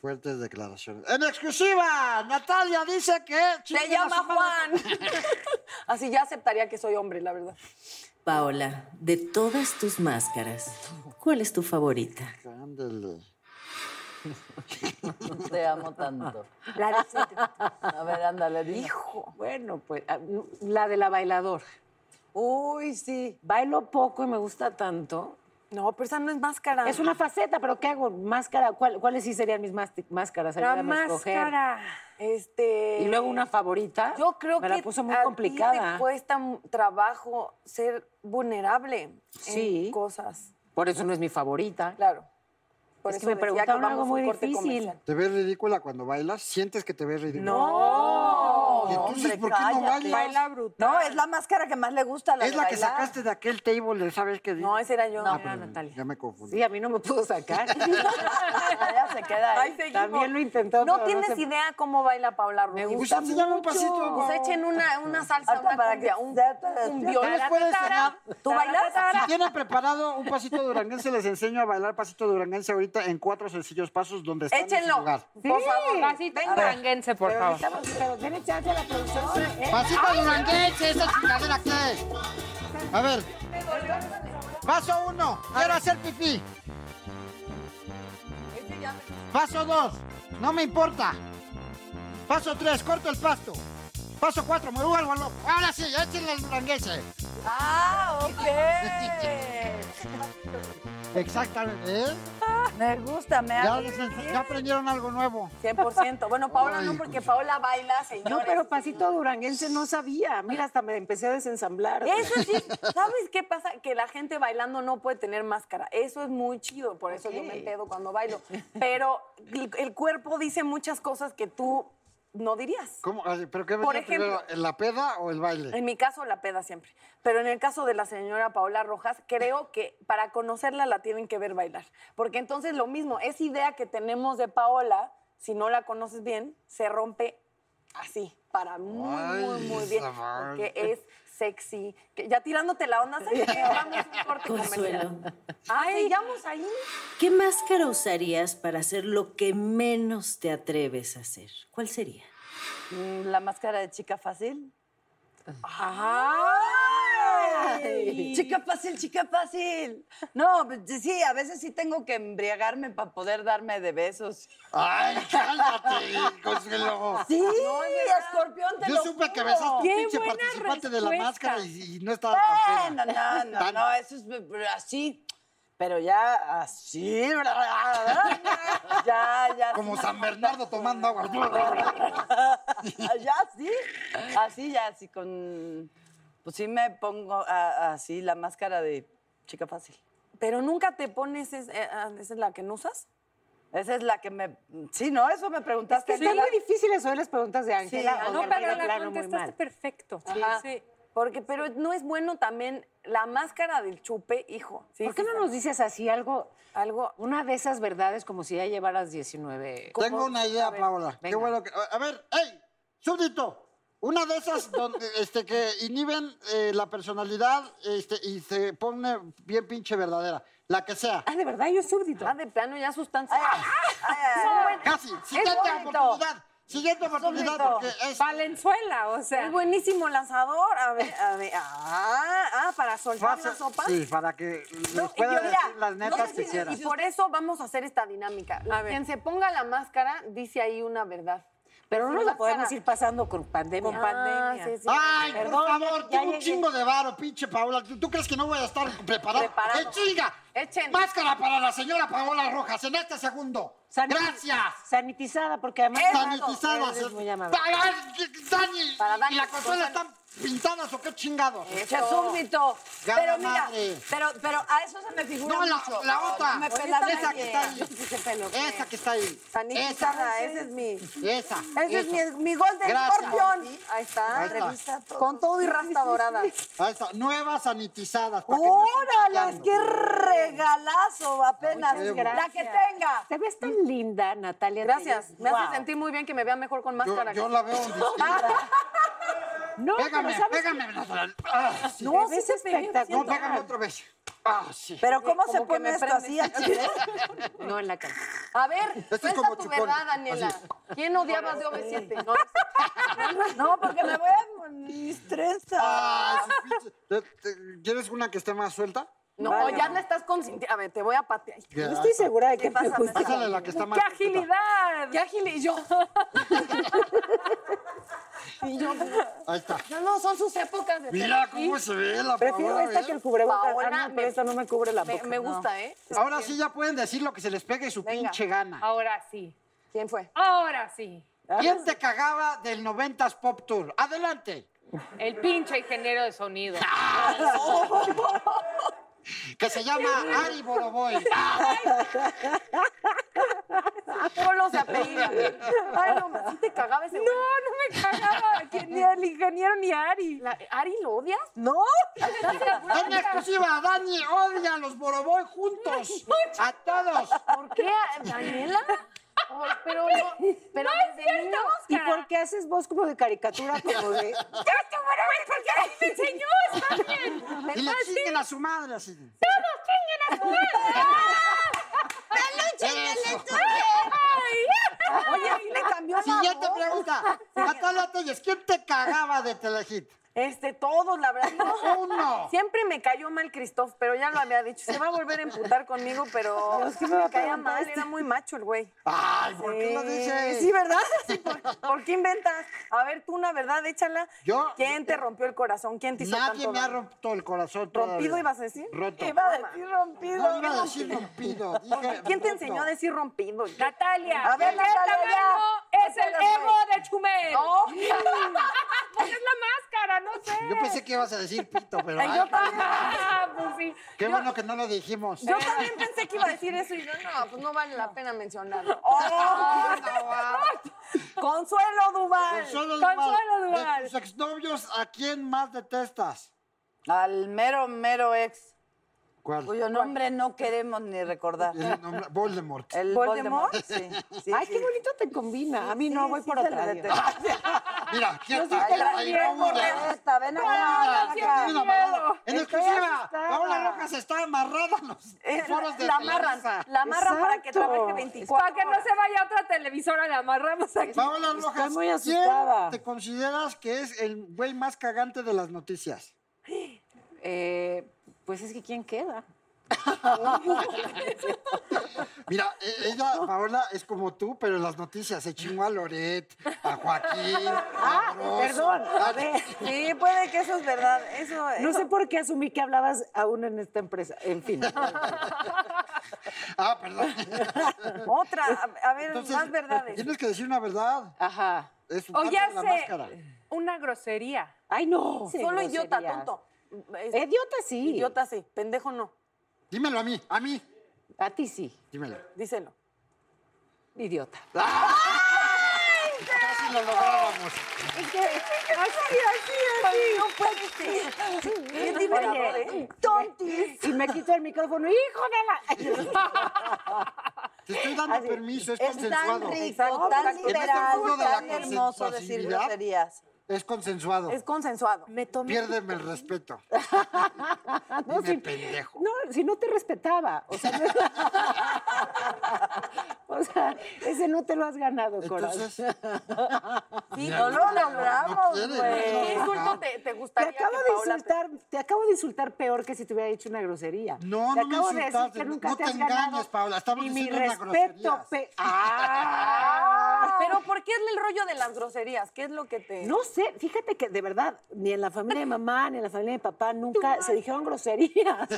E: Fuertes declaraciones. En exclusiva, Natalia dice que...
C: ¡Se llama Juan! Así ya aceptaría que soy hombre, la verdad.
G: Paola, de todas tus máscaras, ¿cuál es tu favorita?
E: Ándele.
B: Te amo tanto.
A: La
B: A ver, ándale, dime.
A: Hijo. Bueno, pues ah, no, la de la bailador.
B: Uy, sí.
A: Bailo poco y me gusta tanto.
C: No, pero esa no es máscara.
A: Es una faceta, pero ¿qué hago? Máscara, ¿cuál- ¿cuáles sí serían mis masti- máscaras?
D: La
A: Ayúdame a escoger.
D: máscara.
C: Este.
A: Y luego una favorita.
C: Yo creo
A: me
C: que.
A: la puso muy
C: a ti
A: complicada.
C: Te cuesta mu- trabajo ser vulnerable
A: Sí.
C: en cosas.
A: Por eso no es mi favorita.
C: Claro.
A: Es que me
C: decía
A: preguntaron
C: vamos
A: algo
C: a un
A: muy
C: corte
A: difícil.
C: comercial.
E: ¿Te ves ridícula cuando bailas? ¿Sientes que te ves ridícula?
C: No.
E: ¿Y entonces
B: hombre,
E: por qué no
B: cállate.
E: bailas?
D: Baila brutal.
B: No, es la máscara que más le gusta. La
E: Es
B: de
E: la que
B: bailar.
E: sacaste de aquel table, ¿sabes qué digo?
C: No, esa era yo.
E: Ah, perdón, Ya me confundí.
A: Sí, a mí no me pudo sacar.
B: Ella se queda ahí.
A: También lo intentó.
C: No
A: pero
C: tienes
A: se-
C: idea cómo baila Paula Rubio.
E: Pues enséñame un pasito.
C: Pues
E: guau.
C: echen una, una salsa,
B: Hasta
C: una
B: para
C: cumbia,
B: que
C: un,
B: ya te-
C: un
B: ya
C: viola.
E: te les puedes enseñar.
C: ¿Tú bailas?
E: Si tienen preparado un pasito duranguense, les enseño a bailar pasito duranguense ahorita en cuatro sencillos pasos donde están en su
C: Échenlo.
E: lugar.
D: Por favor, pasito duranguense, por favor.
A: Pero tiene chance la producción. ¿eh?
E: Pasito duranguense, esa chingadera qué es. A ver. Paso uno, quiero hacer pipí. Paso dos, no me importa. Paso tres, corto el pasto. Paso cuatro, me vuelvo loco. Ahora sí, échenle el duranguense.
B: Ah, ok.
E: Exactamente, ¿eh?
B: Me gusta, me
E: Ya,
B: hace.
E: les ense- ya aprendieron algo nuevo.
C: 100%. Bueno, Paola no,
E: Ay,
C: porque Paola baila,
A: No,
C: señores.
A: pero Pasito Duranguense no sabía. Mira, hasta me empecé a desensamblar.
C: Eso sí, ¿sabes qué pasa? Que la gente bailando no puede tener máscara. Eso es muy chido, por eso yo me pedo cuando bailo. Pero el, el cuerpo dice muchas cosas que tú no dirías.
E: ¿Cómo? Ay, ¿Pero qué
C: Por
E: venía
C: ejemplo-
E: primero, la peda o el baile?
C: En mi caso, la peda siempre. Pero en el caso de la señora Paola Rojas, creo que para conocerla la tienen que ver bailar. Porque entonces lo mismo, esa idea que tenemos de Paola, si no la conoces bien, se rompe así, para muy, muy,
E: Ay,
C: muy bien.
E: esa madre.
C: Porque es sexy. Que ya tirándote la onda, ¿sabes qué? Vamos a un corte
G: Consuelo,
C: comercial. Ay, sigamos ahí.
G: ¿qué máscara usarías para hacer lo que menos te atreves a hacer? ¿Cuál sería?
B: Mm, La máscara de chica fácil. Ay. Chica fácil, chica fácil. No, pues sí, a veces sí tengo que embriagarme para poder darme de besos.
E: Ay, cállate, Consuelo.
B: Sí,
E: No,
B: escorpión, te
E: Ah, Yo
B: lo
E: supe que
B: juro.
E: besaste a un pinche participante de la
B: respuesta.
E: máscara y, y no estaba tan
B: Bueno, no, no,
E: Tan-
B: no, eso es eh, así. Pero ya así. Ya, ya.
E: Como San Bernardo tomando agua.
B: Ya así. Así, ya así con. Pues sí me pongo a- así la máscara de chica fácil.
C: Pero nunca te pones, es- eh, ah, esa es la que no usas.
B: Esa es la que me. Sí, no, eso me preguntaste.
A: Está muy difícil eso de las preguntas de Ángela.
B: Sí,
E: Ah,
A: o
B: no,
A: de
B: pero
A: Almeida
B: la
A: Plano, muy
C: contestaste
A: mal.
D: Perfecto.
C: Ajá. Porque, pero no es bueno también la máscara del chupe, hijo. Sí,
A: ¿Por qué
C: sí,
A: no
C: sí.
A: nos dices así algo, algo, una de esas verdades como si ya llevaras 19?
E: Tengo una idea, Paola. Qué
A: venga.
E: bueno que. A ver, ¡ey! ¡Súbdito! Una de esas donde, este, que inhiben eh, la personalidad este, y se pone bien pinche verdadera. La que sea.
A: Ah, de verdad, yo súbdito.
C: Ah, de plano ya sustancia.
E: Ah, Casi. Siguiente
C: bonito.
E: oportunidad. Ah, Siguiente oportunidad
C: bonito.
E: porque es.
D: Valenzuela, o sea.
C: Es buenísimo lanzador. A ver, a ver. Ah, ah, para soltar
E: Fácil.
C: la sopa.
E: Sí, para que
C: No,
E: les
C: y yo,
E: pueda
C: mira,
E: decir las
C: no
E: netas
C: sé
E: que
C: si-
E: quieran.
C: Y por eso vamos a hacer esta dinámica.
D: A ver.
C: Quien se ponga la máscara dice ahí una verdad.
A: Pero no
C: sin
A: nos la podemos
C: máscara.
A: ir pasando con pandemia.
C: Con pandemia.
E: Ay,
A: Perdón,
E: por
A: ya-
E: favor,
A: ya
E: tengo un
A: llegué.
E: chingo de varo, pinche Paola. ¿Tú, tú crees que no voy a estar preparado?
C: Preparado.
E: ¡Eh, chinga!
C: Echen.
E: Máscara para la señora Paola Rojas en este segundo.
A: Sanit-
E: Gracias.
A: Sanitizada, porque además.
E: Sanitizadas.
A: Eres muy amable.
E: Para Dani.
C: Para Dani
E: y la consola
C: González.
E: están pintadas o qué chingados.
C: Eche súbdito.
E: Gana
C: Pero mira,
E: madre.
C: pero, pero a eso se me figura
E: No, la,
C: mucho.
E: la otra.
C: No me pela
E: esa
C: nadie.
E: que está ahí.
C: Sí, pelo.
E: Esa que está ahí. Esa.
C: Sanitizada, ese es mi...
E: Esa.
C: Ese es
E: esa.
C: mi, mi gol de
E: Gracias.
C: escorpión. Ahí
A: ah,
C: está.
E: Ahí está.
C: Revista todo. Con todo y rasta dorada.
E: Ahí está. Nuevas sanitizadas. para que
A: Uh.
E: no estén
B: órale
E: chillando.
B: ¡Qué regalazo! Apenas.
E: Muchas
B: La que tenga.
A: Te ves tan linda, Natalia.
C: Gracias.
A: Telles.
C: Me
A: Wow.
C: hace sentir muy bien que me vea mejor con máscara. Ah,
E: Yo, yo la veo distinta.
A: No,
E: Pégame,
A: pero ¿sabes
E: pégame. Natalia. Ah, sí.
A: No, sí
C: sí
A: es
C: te pegué,
E: No,
A: espectacular.
E: pégame otra vez. Ah, sí.
B: Pero ¿cómo
C: Como
B: se
C: que
B: pone
C: me
B: esto así?
C: prende.
A: No en la cara.
C: A ver,
E: es
C: cuenta
E: como
C: tu
E: chupón,
C: verdad, Daniela.
E: así.
C: ¿Quién odiabas de OV7? No,
B: No, porque me voy a estresar.
E: Ah, sí, pinche. Te- te- ¿Quieres una que esté más suelta?
C: no, ya la estás consintiendo. A ver, te voy a patear.
E: Ya,
A: No estoy segura de que me gusta.
E: Pásale Pues la que está más
D: ¡Qué
E: suelta.
D: agilidad!
C: ¡Qué ágil y yo! y yo,
E: Ahí está.
C: no, no, son sus épocas de
E: Mira cómo se ve la
A: Prefiero
E: Paola,
A: esta
E: ¿eh?
A: que el cubrebocas.
C: Paola,
A: Ah, no, pero
C: me-
A: esta no me cubre la boca.
C: Me, me gusta, ¿eh?
E: Ahora sí ya pueden decir lo que se les pegue y su
C: Venga.
E: pinche gana.
D: Ahora sí.
C: ¿Quién fue?
D: Ahora sí.
E: ¿Quién te cagaba del 90s Pop Tour? Adelante.
D: El pinche ingeniero de sonido.
E: Que se llama Ari Boroboy.
C: Solo se apellida. Ay, no, sí te cagaba ese No, no me cagaba. Ni al ingeniero ni a Ari. ¿Ari lo odias?
B: No.
E: En exclusiva, Dani odia a los Boroboy juntos. A todos.
C: ¿Por qué, Daniela? Oh, pero no, pero desde niños.
A: ¿Y por qué haces voz como de caricatura? Como de.
D: ¿Por qué así me enseñó? Está bien.
E: Y le chinguen a su madre así. Eso.
C: Oye, ahí le cambió la
E: Siguiente
C: voz.
E: pregunta. Natalia Telles, ¿quién te cagaba de Telehit?
C: Este, todos, la verdad. no.
E: Uno.
C: Siempre me cayó mal Christoph, pero ya lo había dicho. Se va a volver a emputar conmigo, pero me caía mal. Era muy macho el güey.
E: Ay, ¿por qué lo
C: Sí,
E: dices?
C: Eh, Sí, ¿verdad? Sí, ¿por, por qué inventas? A ver, tú una verdad, échala.
E: Yo- eh,
C: ¿Quién te rompió el corazón? ¿Quién te hizo
E: Nadie
C: tanto
E: me ha
C: daño?
E: roto el corazón
C: ¿Rompido
E: todavía.
C: ibas a decir?
E: Roto.
C: Iba a decir rompido.
E: No, iba a decir rompido. dije
C: ¿Quién te
E: roto.
C: enseñó a decir rompido?
D: Natalia.
C: A ver,
D: el
C: Natalia,
D: que está hablando
C: ya. No
D: es
C: te
D: el
C: lo
D: ego
C: sé.
D: de Chumel.
C: No.
D: Pues es la máscara, no sé.
E: Yo pensé que ibas a decir pito, pero. ay,
D: Ah, pues sí.
E: qué bueno que no lo dijimos.
C: Yo también pensé que iba a decir eso y yo, no, pues no vale la pena mencionarlo.
E: Ah, no, va.
C: Consuelo Duval.
E: Consuelo
D: Consuelo
E: Duval.
D: Duval.
E: De tus exnovios, ¿a quién más detestas?
B: Al mero, mero ex,
E: ¿Cuál?
B: cuyo nombre no queremos ni recordar.
E: El nombre- Voldemort.
B: El
C: ¿Voldemort?
B: Voldemort. Sí, sí,
A: Ay,
B: sí.
A: qué bonito te combina. A mí no, voy
B: Sí,
A: por
B: sí, se
A: otra.
B: le
A: Dios.
B: detecta.
E: Mira, quieta.
B: Ay, la
E: Ahí
B: bien
E: no huye.
B: correcta.
C: Paola, ven acá.
E: Paola,
C: ven
E: que
C: acá.
E: tiene una amarrada. En
C: Estoy
E: exclusiva,
C: asustada.
E: Paola Rojas está amarrada en los
C: Eh,
E: foros de
C: la amarran,
E: Televisa.
C: la amarran para que
E: Exacto.
C: trabaje 24
D: Para que no se vaya a otra televisora, la amarramos aquí.
E: Paola
D: Estoy
E: Rojas,
D: muy
E: ¿quién
D: asustada.
E: te consideras que es el güey más cagante de las noticias?
A: Eh, pues es que ¿quién queda?
E: Mira, e- ella, Paola, es como tú, pero en las noticias se chingó a Loret, a Joaquín, a
C: Ah,
E: Broso,
C: perdón.
E: a-
C: a ver, Sí, puede que eso es verdad. Eso,
A: No
C: eso-
A: sé por qué asumí que hablabas aún en esta empresa. En fin.
E: Ah, perdón.
C: Otra, a, a ver,
E: Entonces,
C: más verdades.
E: Tienes que decir una verdad.
A: Ajá.
E: Es
D: O
E: parte
D: ya
E: de la
D: sé.
E: máscara.
D: Una grosería.
A: Ay, no.
C: Solo idiota,
A: groserías.
C: tonto. Es-
A: Idiota sí.
C: Idiota sí, pendejo no.
E: Dímelo a mí, a mí.
A: A ti sí.
E: Dímelo. Ah,
C: Díselo.
A: Idiota.
E: Casi lo lográbamos.
A: Así,
C: No puede ser. Qué liberador, ¿eh?
A: tontis. Y me quito el micrófono. ¡Hijo de la!
E: Te estoy dando
A: Así,
E: permiso, es,
B: Es tan
E: consensuado.
B: rico,
C: Exacto,
B: tan
C: exacto.
B: liberal,
E: En este mundo de la
B: tan hermoso decir
E: consensuatividad,
B: groserías.
E: Es consensuado.
C: Es consensuado.
A: Me tomé.
E: Piérdeme el respeto.
A: No,
E: Dime,
A: si-
E: pendejo.
A: No, si no te respetaba. O sea, no- o sea, ese no te lo has ganado, corazón.
E: Entonces,
C: Sí,
E: Ya
C: no
E: no
C: lo
E: quiere, no
C: logramos,
E: quiere,
C: güey.
E: no quiere.
C: ¿Qué insulto te, te
A: Te
C: gustaría
A: acabo,
C: que
A: de
C: Paola te-
A: insultar, te acabo de insultar peor que si te hubiera hecho una grosería.
E: No,
A: te
E: no me
A: acabo de decir
E: insultaste,
A: que
E: no-
A: nunca
E: no
A: te,
E: te
A: has ganado
E: engañes, Paola, estamos
A: ni
E: diciendo
A: mi
E: unas
A: respeto.
E: groserías.
A: pe- ¡Ah!
C: Ah, Pero ¿por qué es el rollo de las groserías? ¿Qué es lo que te...?
A: No sé, fíjate que de verdad, ni en la familia de mamá, ni en la familia de papá, nunca se dijeron groserías.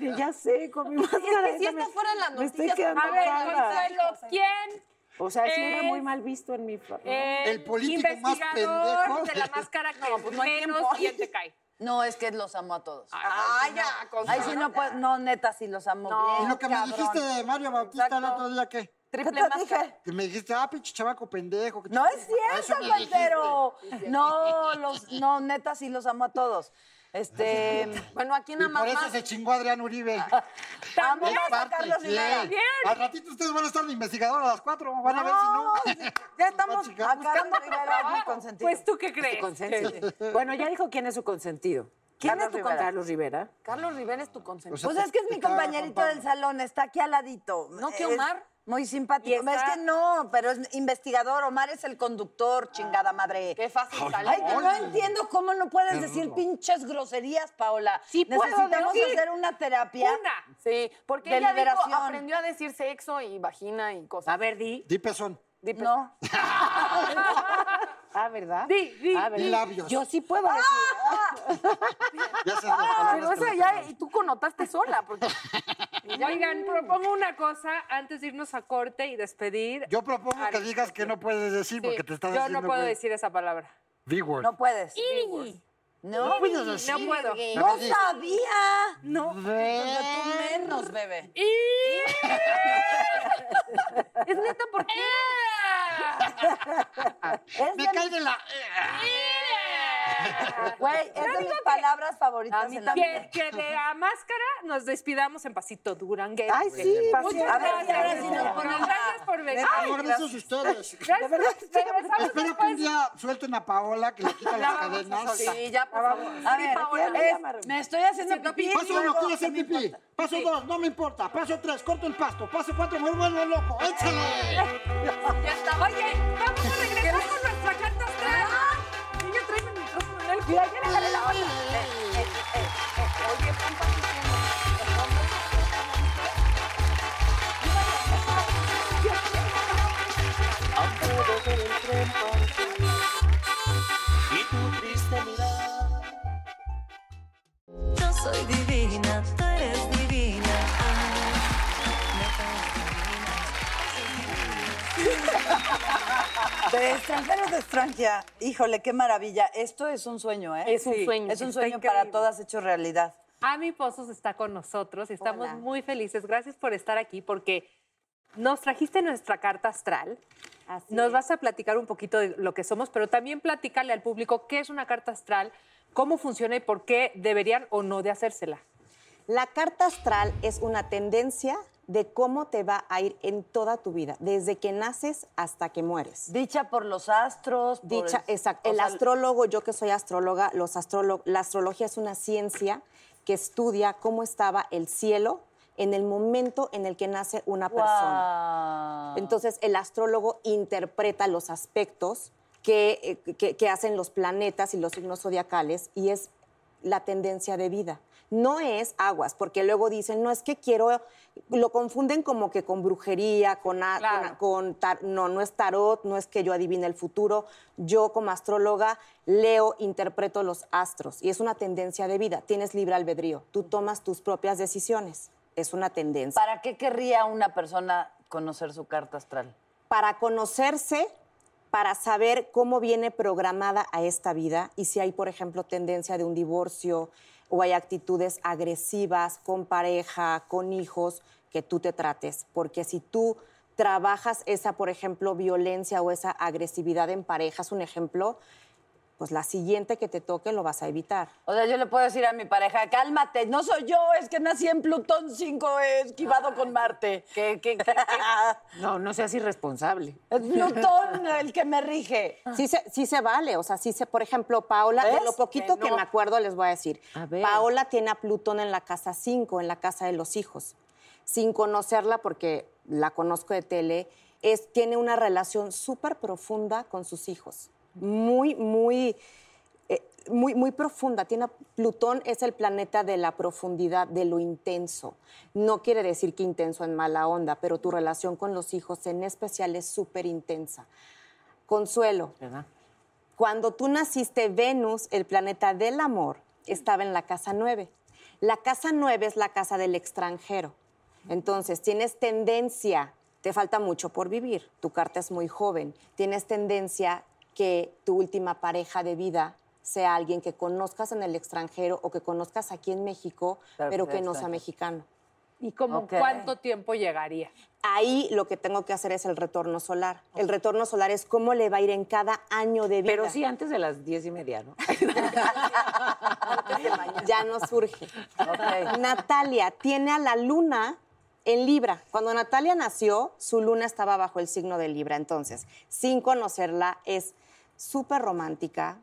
A: Y ya sé, con mi máscara.
C: si
A: esa
C: esto fueran las
A: me estoy
C: noticias,
A: quedando
D: A ver,
A: calva.
D: Consuelo, ¿quién?
A: O sea, sí era
D: es-
A: muy mal visto en mi fa-
B: eh,
E: El político más
D: investigador
E: pendejo.
D: de la máscara que
C: pues no hay
D: menos
C: tiempo.
D: bien te cae.
B: No, es que los amo a todos.
D: pues
C: Ah, ya, con
B: Ay, sí, no, pues, no, neta, sí los amo
C: No,
B: bien.
E: y lo que
B: cabrón.
E: me dijiste de Mario Bautista el
C: Exacto.
E: otro día, ¿qué?
C: triple
B: ¿Qué te
C: máscara.
B: dije?
E: Que me dijiste, ah, pinche chavaco pendejo. que-
B: No es
E: A eso
B: cierto,
E: me dijiste.
B: Pantero. No, los, no, neta, sí los amo a todos. Este,
C: Bueno, aquí
E: Y
C: nada
E: por
C: más.
E: eso
C: más.
E: se chingó Adrián Uribe.
B: amo
E: Es
B: más a
E: parte
B: Carlos
E: de-
B: Rivera.
D: Bien.
E: Al ratito ustedes van a estar de investigador a las cuatro. Van a ver
B: No,
E: si no.
B: sí, ya estamos
E: Chica,
B: a Carlos Rivera, es mi consentido.
D: Pues tú qué crees.
A: Consénsete. Bueno, ya dijo quién es su consentido. ¿Quién
B: Carlos
A: es tu
B: Rivera.
A: con- Carlos Rivera.
C: Carlos Rivera es tu consentido.
E: O sea,
B: Pues
E: te-
B: es que es
E: te
B: mi
E: caga,
B: compañerito
E: compadre.
B: del salón, está aquí al ladito.
C: ¿No que
B: Es
C: Omar?
B: Muy
D: Y
B: simpático.
D: está-
B: Es que no, pero es investigador. Omar es el conductor, chingada madre.
C: Qué fácil salió.
B: Ay, que no entiendo cómo no puedes decir pinches groserías, Paola.
A: Sí puedo
B: Necesitamos
A: decir.
B: hacer una terapia.
D: Una.
C: Sí, porque
B: De
C: ella dijo,
B: liberación.
C: aprendió a decir sexo y vagina y cosas.
A: A ver, di.
E: Di pezón.
C: Di, pues,
B: No.
A: Ah, ¿verdad?
D: Di, di,
A: Ah, ¿verdad?
E: di labios.
A: Yo sí puedo decir.
E: Ya se las
D: Ah,
C: Pero
E: palabras que
C: esa
E: me
C: ya,
E: quedaron.
C: y tú connotaste sola, porque
D: Oigan, propongo una cosa antes de irnos a corte y despedir.
E: Yo propongo que
D: Al-
E: digas que no puedes decir
D: Sí,
E: porque te estás
D: Yo
E: haciendo.
D: no puedo
E: güey.
D: decir esa palabra.
E: Big word.
B: No puedes.
D: No
B: No.
D: puedo decir. No puedo.
B: No sabía.
E: Pues
D: No.
B: Pero tú menos, bebé.
D: Y... es neta, ¿por qué?
B: Es
E: Me
B: de
E: cae de la.
B: mis- güey, es de mis palabras favoritas en la vida.
D: Que, que de la máscara nos despidamos en pasito duranguense.
A: Ay, sí, pasito.
D: Muchas
B: A ver,
D: gracias.
B: ahora sí nos ponemos a-
D: gracias por venir.
E: Ay, gracias a ustedes.
D: Gracias. Regresamos
E: Espero que un
D: después.
E: día suelten a Paola, que le quitan las cadenas.
C: sí, ya, por favor.
B: A
C: Sí,
B: ver,
C: Paola.
B: es- me estoy haciendo pipí.
E: Paso uno,
B: luego-
E: quiero hacer pipí. Paso dos, no me importa. Paso tres, corto el pasto. Paso cuatro, me vuelvo loco. ¡Échale!
C: Ya está. Oye,
D: Vamos a regresar con nuestra carta astral. Niño, tráeme el micrófono en el culo. Ya déjale la otra.
F: Yo soy divina, tú eres divina. Ay, netas divinas, esas divinas.
B: De extranjeros de extranjera. Híjole, qué maravilla. Esto es un sueño, ¿eh?
D: Es un Sí, sueño.
B: Es un
D: está
B: sueño para
D: increíble.
B: todas hecho realidad.
D: Ami Pozos está con nosotros y estamos
B: Hola.
D: muy felices. Gracias por estar aquí porque nos trajiste nuestra carta astral. nos vas a platicar un poquito de lo que somos, pero también platicarle al público qué es una carta astral, cómo funciona y por qué deberían o no de hacérsela.
H: La carta astral es una tendencia de cómo te va a ir en toda tu vida, desde que naces hasta que mueres.
B: Dicha por los astros. por
H: Dicha,
B: el-
H: exacto.
B: o
H: El
B: sea,
H: astrólogo, yo que soy astróloga, los astrolo- la astrología es una ciencia que estudia cómo estaba el cielo en el momento en el que nace una persona. Entonces, el astrólogo interpreta los aspectos que, eh, que- que hacen los planetas y los signos zodiacales y es la tendencia de vida. No es aguas, porque luego dicen, no es que quiero, lo confunden como que con brujería, con, a- con, con tar- no, no es tarot, no es que yo adivine el futuro. Yo como astróloga leo, interpreto los astros y es una tendencia de vida. Tienes libre albedrío, tú tomas tus propias decisiones, es una tendencia.
B: ¿Para qué querría una persona conocer su carta astral?
H: para conocerse, para saber cómo viene programada a esta vida y si hay, por ejemplo, tendencia de un divorcio o hay actitudes agresivas con pareja, con hijos, que tú te trates. Porque si tú trabajas esa, por ejemplo, violencia o esa agresividad en pareja, es un ejemplo, pues la siguiente que te toque lo vas a evitar.
B: O sea, yo le puedo decir a mi pareja, cálmate, no soy yo, es que nací en Plutón 5, he esquivado con Marte. Ah, ¿Qué, qué, qué, qué?
A: No, no seas irresponsable.
B: Es Plutón el que me rige.
H: Sí se, sí se vale, o sea, sí se, por ejemplo, Paola,
B: Ah. ¿Ves?
H: de lo poquito
B: Que
H: que,
B: no.
H: me acuerdo les voy a decir.
B: A ver.
H: Paola tiene a Plutón en la casa 5, en la casa de los hijos. Sin conocerla, porque la conozco de tele, es, tiene una relación súper profunda con sus hijos. Muy, muy, eh, muy, muy profunda. Tiene, Plutón es el planeta de la profundidad, de lo intenso. No quiere decir que intenso en mala onda, pero tu relación con los hijos en especial es súper intensa. Consuelo, cuando tú naciste, Venus, el planeta del amor, estaba en la casa 9. La casa 9 es la casa del extranjero. Entonces, tienes tendencia, te falta mucho por vivir, tu carta es muy joven, tienes tendencia que tu última pareja de vida sea alguien que conozcas en el extranjero o que conozcas aquí en México,
D: Pero
H: pero,
D: que
H: que
D: sea
H: no sea
D: extranjero.
H: mexicano.
D: ¿Y como
H: Ok.
D: cuánto tiempo llegaría?
H: Ahí lo que tengo que hacer es el retorno solar. El retorno solar es cómo le va a ir en cada año de vida.
I: Pero sí antes de las diez y media, ¿no?
H: ya no surge. Natalia tiene a la luna en Libra. Cuando Natalia nació, su luna estaba bajo el signo de Libra. Entonces, sin conocerla, es súper romántica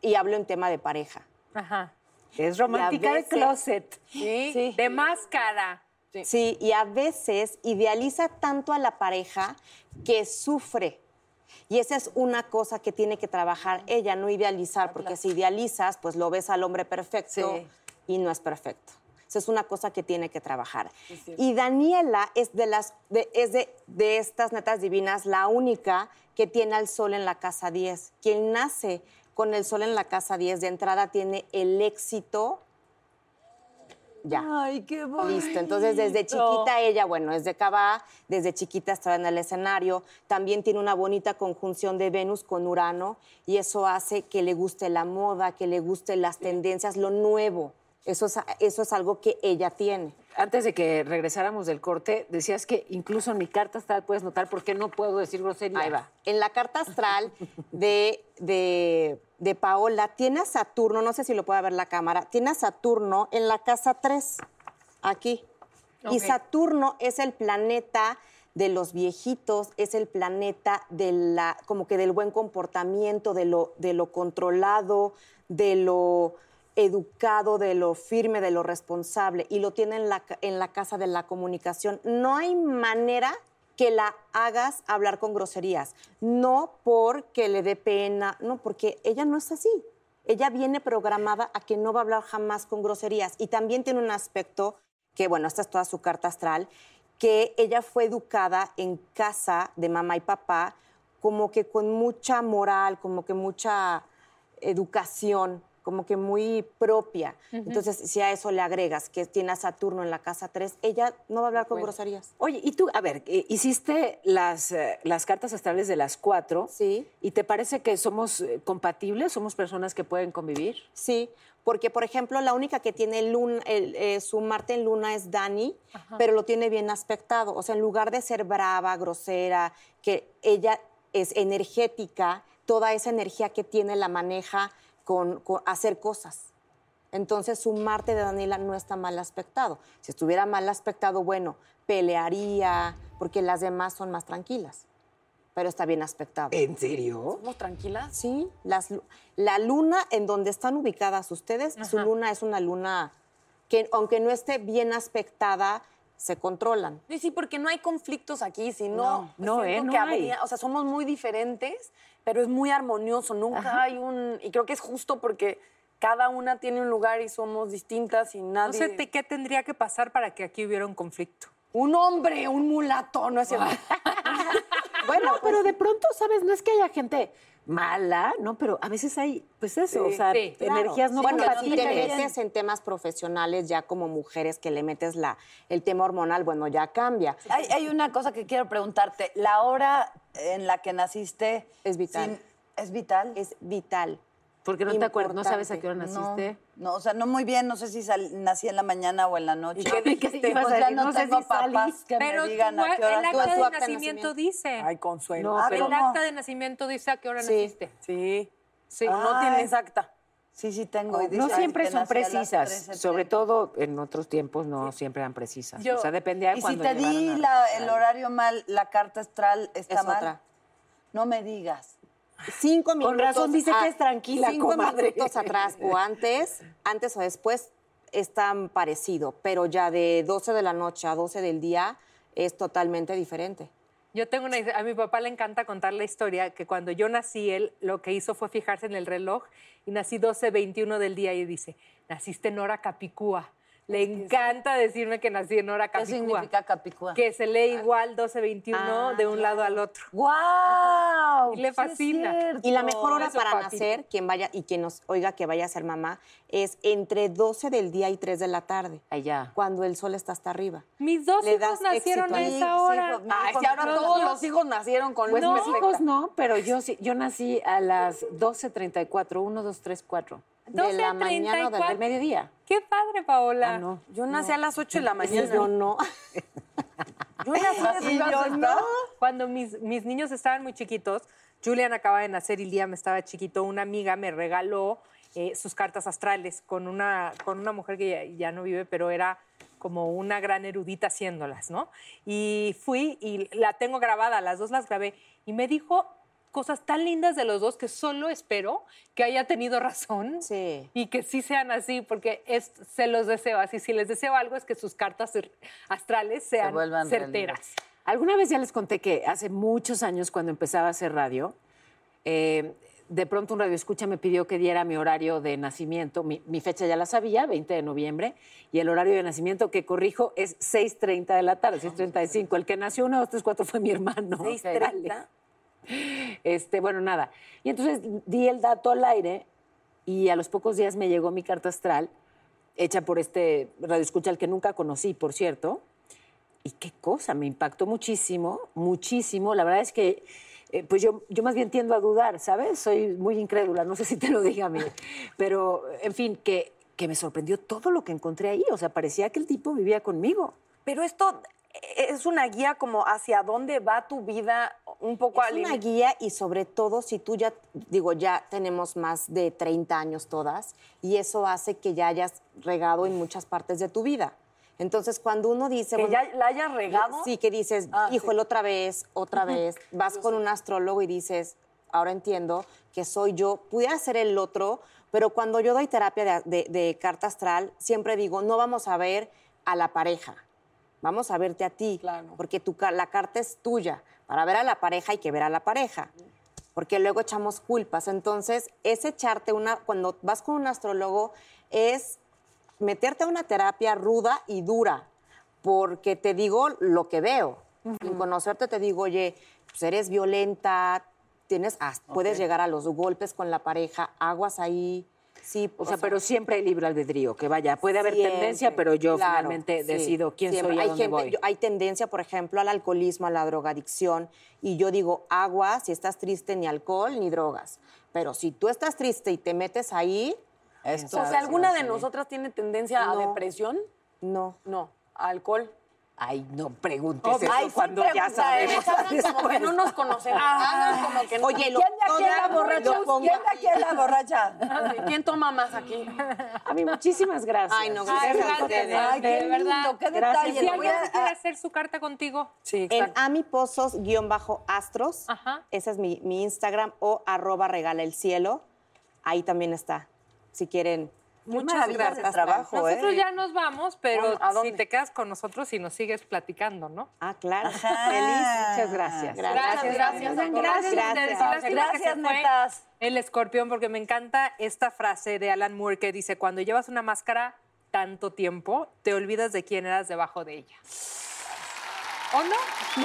H: y hablo en tema de pareja.
D: Ajá.
I: Es
D: romántica de closet,
H: ¿sí?
D: De máscara.
H: Sí. y a veces idealiza tanto a la pareja que sufre. Y esa es una cosa que tiene que trabajar ella, no idealizar, porque si idealizas, pues lo ves al hombre perfecto
B: Sí.
H: y no es perfecto. Esa es una cosa que tiene que trabajar.
B: Sí, sí.
H: Y Daniela es de las de, es de, de estas netas divinas la única que tiene al sol en la casa 10. Quien nace con el sol en la casa 10 de entrada tiene el éxito ya.
B: Ay, qué bonito.
H: Listo, entonces desde chiquita ella, bueno, es de Cabá, desde chiquita estaba en el escenario, también tiene una bonita conjunción de Venus con Urano y eso hace que le guste la moda, que le gusten las tendencias, lo nuevo. Eso es, eso es algo que ella tiene.
I: Antes de que regresáramos del corte, decías que incluso en mi carta astral puedes notar por qué no puedo decir grosería.
H: Ahí va. En la carta astral de, de, de Paola tiene a Saturno, no sé si lo puede ver la cámara, tiene a Saturno en la casa 3, aquí. Y
B: Ok.
H: Saturno es el planeta de los viejitos, es el planeta de la, como que del buen comportamiento, de lo, de lo controlado, de lo educado, de lo firme, de lo responsable, y lo tiene en la, ca- en la casa de la comunicación. No hay manera que la hagas hablar con groserías, no porque le dé pena, no, porque ella no es así. Ella viene programada a que no va a hablar jamás con groserías y también tiene un aspecto que, bueno, esta es toda su carta astral, que ella fue educada en casa de mamá y papá como que con mucha moral, como que mucha educación, como que muy propia.
B: Ujú.
H: Entonces, si a eso le agregas que tiene a Saturno en la casa 3, ella no va a hablar con groserías.
I: Oye, y tú, a ver, eh, hiciste las, eh, las cartas astrales de las cuatro.
H: Sí.
I: ¿Y te parece que somos eh, compatibles? ¿Somos personas que pueden convivir?
H: Sí, porque por ejemplo la única que tiene luna- el, eh, su Marte en luna es Dani,
B: Ajá.
H: pero lo tiene bien aspectado. O sea, en lugar de ser brava, grosera, que ella es energética, toda esa energía que tiene la maneja con, con hacer cosas. Entonces su Marte de Daniela no está mal aspectado. Si estuviera mal aspectado, bueno, pelearía, porque las demás son más tranquilas, pero está bien aspectado.
B: ¿En serio?
H: ¿Somos tranquilas? Sí, las lu- la luna en donde están ubicadas ustedes, su luna es una luna que aunque no esté bien aspectada, se controlan.
C: Y sí, porque no hay conflictos aquí, sino
H: No, no,
C: siento
H: ¿eh? No
C: que
H: hay.
C: habría- o sea, somos muy diferentes, pero es muy armonioso, nunca
H: Ajá.
C: hay un y creo que es justo porque cada una tiene un lugar y somos distintas y nadie
D: No sé te- qué tendría que pasar para que aquí hubiera un conflicto.
C: un hombre, un mulato, no es cierto.
A: Bueno, pero de pronto, ¿sabes? No es que haya gente mala, ¿no? Pero a veces hay, pues eso, o sea, energías no
H: bueno, si
A: compatibles.
H: te metes en temas profesionales ya como mujeres que le metes la el tema hormonal, bueno, ya cambia.
B: Hay, hay una cosa que quiero preguntarte. La hora en la que naciste es vital. ¿Es vital?
H: Es vital.
A: Porque no te acuerdas, no sabes a qué hora naciste.
B: No, o sea, no muy bien, no sé si sal- nací en la mañana o en la noche.
A: ¿Y qué dijiste? Ibas
B: O
A: a
B: sea,
A: decir,
B: no,
A: no sé
B: tengo
A: si salí.
B: papás que
D: Pero
B: me digan
D: tu
B: a qué
D: a-
B: hora
D: el
B: tú-
D: acta
B: tu
D: de nacimiento dice.
B: Ay, Consuelo.
D: No,
B: Ah,
D: el
B: ¿cómo?
D: acta de nacimiento dice a qué hora
B: Sí.
D: naciste.
C: Sí.
D: Sí.
B: O no tienes
C: acta.
B: Sí, sí tengo. y
A: No
B: dice
A: siempre
B: que
A: son
B: nací a las
A: precisas,
B: 13:30.
A: sobre todo en otros tiempos no siempre eran precisas.
B: Yo-
A: o sea, dependía de
B: Y si
A: cuando
B: te di
A: llegaron a
B: la-
A: registrar.
B: el horario mal, la carta astral está
A: Es
B: mal.
A: otra.
B: No me digas.
H: Cinco
B: Con
H: minutos.
B: razón dice que
H: a-
B: es tranquila,
H: Cinco
B: comadre.
H: minutos atrás o antes, antes o después, es tan parecido, pero ya de 12 de la noche a 12 del día es totalmente diferente.
D: Yo tengo una a mi papá le encanta contar la historia que cuando yo nací él lo que hizo fue fijarse en el reloj y nací 12:21 del día y dice, "Naciste en hora Capicúa." Le encanta decirme que nací en hora Capicúa.
B: significa Capicúa? Ah,
D: Que se lee igual 12:21 de un lado al otro.
B: ¡Guau!
D: Y le fascina.
H: Y la mejor hora
D: Eso,
H: para
D: papi.
H: nacer, quien vaya y quien nos oiga que vaya a ser mamá, es entre 12 del día y 3 de la tarde.
A: Allá.
H: Cuando el sol está hasta arriba.
D: Mis dos
H: Le
D: hijos
H: das
D: nacieron
H: éxito.
D: a
H: Mis
D: esa hora.
H: hijos, mis hijos,
C: si Ah, ahora
H: mis
C: todos
H: hijos.
C: los hijos nacieron con
A: Pues
C: luz
A: mis
C: perfecta.
A: hijos no, pero yo sí, yo nací a las 12.34, 1, 2, 3, 4. De la mañana o del-
D: 12:34.
A: del mediodía.
D: Qué padre, Paola.
C: Ah, Yo nací a las 8 de la
D: Ese es
C: mañana.
D: yo
H: no.
C: Yo nací
D: Y
C: a
D: yo
C: las
D: no. Cuando mis, mis niños estaban muy chiquitos, Julian acaba de nacer y Liam estaba chiquito, una amiga me regaló eh, sus cartas astrales con una, con una mujer que ya, ya no vive, pero era como una gran erudita haciéndolas, ¿no? Y fui y la tengo grabada, las dos las grabé, y me dijo cosas tan lindas de los dos que solo espero que haya tenido razón y que sí sean así, porque es, se los deseo así. Si les deseo algo es que sus cartas astrales sean
A: vuelvan
D: certeras.
A: Alguna vez ya les conté que hace muchos años, cuando empezaba a hacer radio, eh, de pronto un radio escucha me pidió que diera mi horario de nacimiento. Mi, mi fecha ya la sabía, 20 de noviembre, y el horario de nacimiento que corrijo es 6.30 de la tarde, 6.35. El que nació 1, 2, 3, 4 fue mi hermano.
C: 6:30.
A: Dale. Este, bueno, nada. Y entonces di el dato al aire y a los pocos días me llegó mi carta astral, hecha por este radio escucha al que nunca conocí, por cierto. Y qué cosa, me impactó muchísimo, muchísimo. La verdad es que, eh, pues yo, yo más bien tiendo a dudar, ¿sabes? Soy muy incrédula, no sé si te lo dije a mí. Pero, en fin, que, que me sorprendió todo lo que encontré ahí. O sea, parecía que el tipo vivía conmigo.
C: Pero esto es una guía como hacia dónde va tu vida un poco
H: Es una guía y sobre todo si tú ya, digo, ya tenemos más de 30 años todas y eso hace que ya hayas regado en muchas partes de tu vida. Entonces, cuando uno dice...
C: ¿Que
H: bueno,
C: ya la hayas regado?
H: Sí, que dices, híjole, otra vez, otra
C: Ujú.
H: vez. Vas con un astrólogo y dices, ahora entiendo que soy yo, pudiera ser el otro, pero cuando yo doy terapia de, de- de carta astral, siempre digo, no vamos a ver a la pareja, vamos a verte a ti, porque tu, ca- la carta es tuya. Para ver a la pareja hay que ver a la pareja, porque luego echamos culpas. Entonces, es echarte una, cuando vas con un astrólogo, es meterte a una terapia ruda y dura, porque te digo lo que veo. Sin conocerte te digo, oye, pues eres violenta, tienes, ah, puedes llegar a los golpes con la pareja, aguas ahí. Sí,
A: O sea, pero siempre hay libre albedrío, que vaya, puede haber
H: Siempre,
A: tendencia, pero yo
H: claro,
A: finalmente
H: sí,
A: decido quién
H: siempre.
A: soy y a
H: hay
A: dónde
H: gente-
A: voy.
H: yo- hay tendencia, por ejemplo, al alcoholismo, a la drogadicción. Y yo digo, agua, si estás triste, ni alcohol, ni drogas. Pero si tú estás triste y te metes ahí...
C: O sea, ¿alguna de nosotras tiene tendencia
H: No.
C: a depresión?
H: No.
C: No. ¿A alcohol?
I: Ay, no preguntes
C: Obvio.
I: eso
C: Ay, sí
I: cuando ya
C: pregunta,
I: sabemos.
C: ¿eh? Hagan como que no nos conocemos. Hagan como que no.
I: Oye, lo-
C: ¿Quién de aquí es la
I: lo
C: borracha?
I: pongo
C: ¿Quién de aquí es la
I: aquí.
C: borracha? ¿Quién toma más aquí?
I: A mí, muchísimas gracias.
C: Ay, no,
I: Ustedes
C: gracias a
I: son
C: ustedes.
I: geniales.
C: Ay, qué
I: De verdad.
C: lindo, qué
I: Gracias.
C: detalle,
I: Sí,
C: lo
I: alguien
C: voy a-
I: que quiera
D: hacer su carta contigo?
C: Sí,
H: En amipozos-astros, ese es mi, mi Instagram, o arroba regala el cielo, ahí también está, si quieren.
D: Muchas gracias.
H: ¿eh?
D: Nosotros ya nos vamos, pero
H: Bueno, ¿a
D: si te quedas con nosotros y nos sigues platicando, ¿no?
H: Ah, claro.
I: Muchas gracias.
D: Gracias, gracias.
I: Gracias.
D: Gracias,
I: Gracias.
D: gracias.
I: Gracias,
D: netas. El escorpión, porque me encanta esta frase de Alan Moore que dice, cuando llevas una máscara tanto tiempo, te olvidas de quién eras debajo de ella. ¿O no?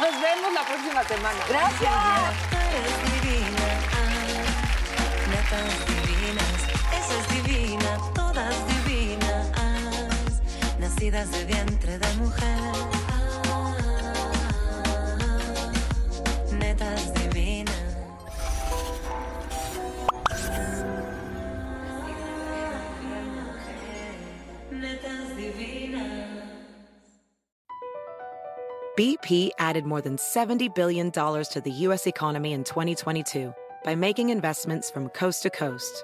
D: Nos vemos la próxima semana.
F: Gracias. Eres divina, ah, netas divinas, eso es divina, todas divinas, nacidas de vientre de mujer. Ah, netas divinas. Netas divinas.
J: BP added more than $70 billion to the U.S. economy in 2022 by making investments from coast to coast.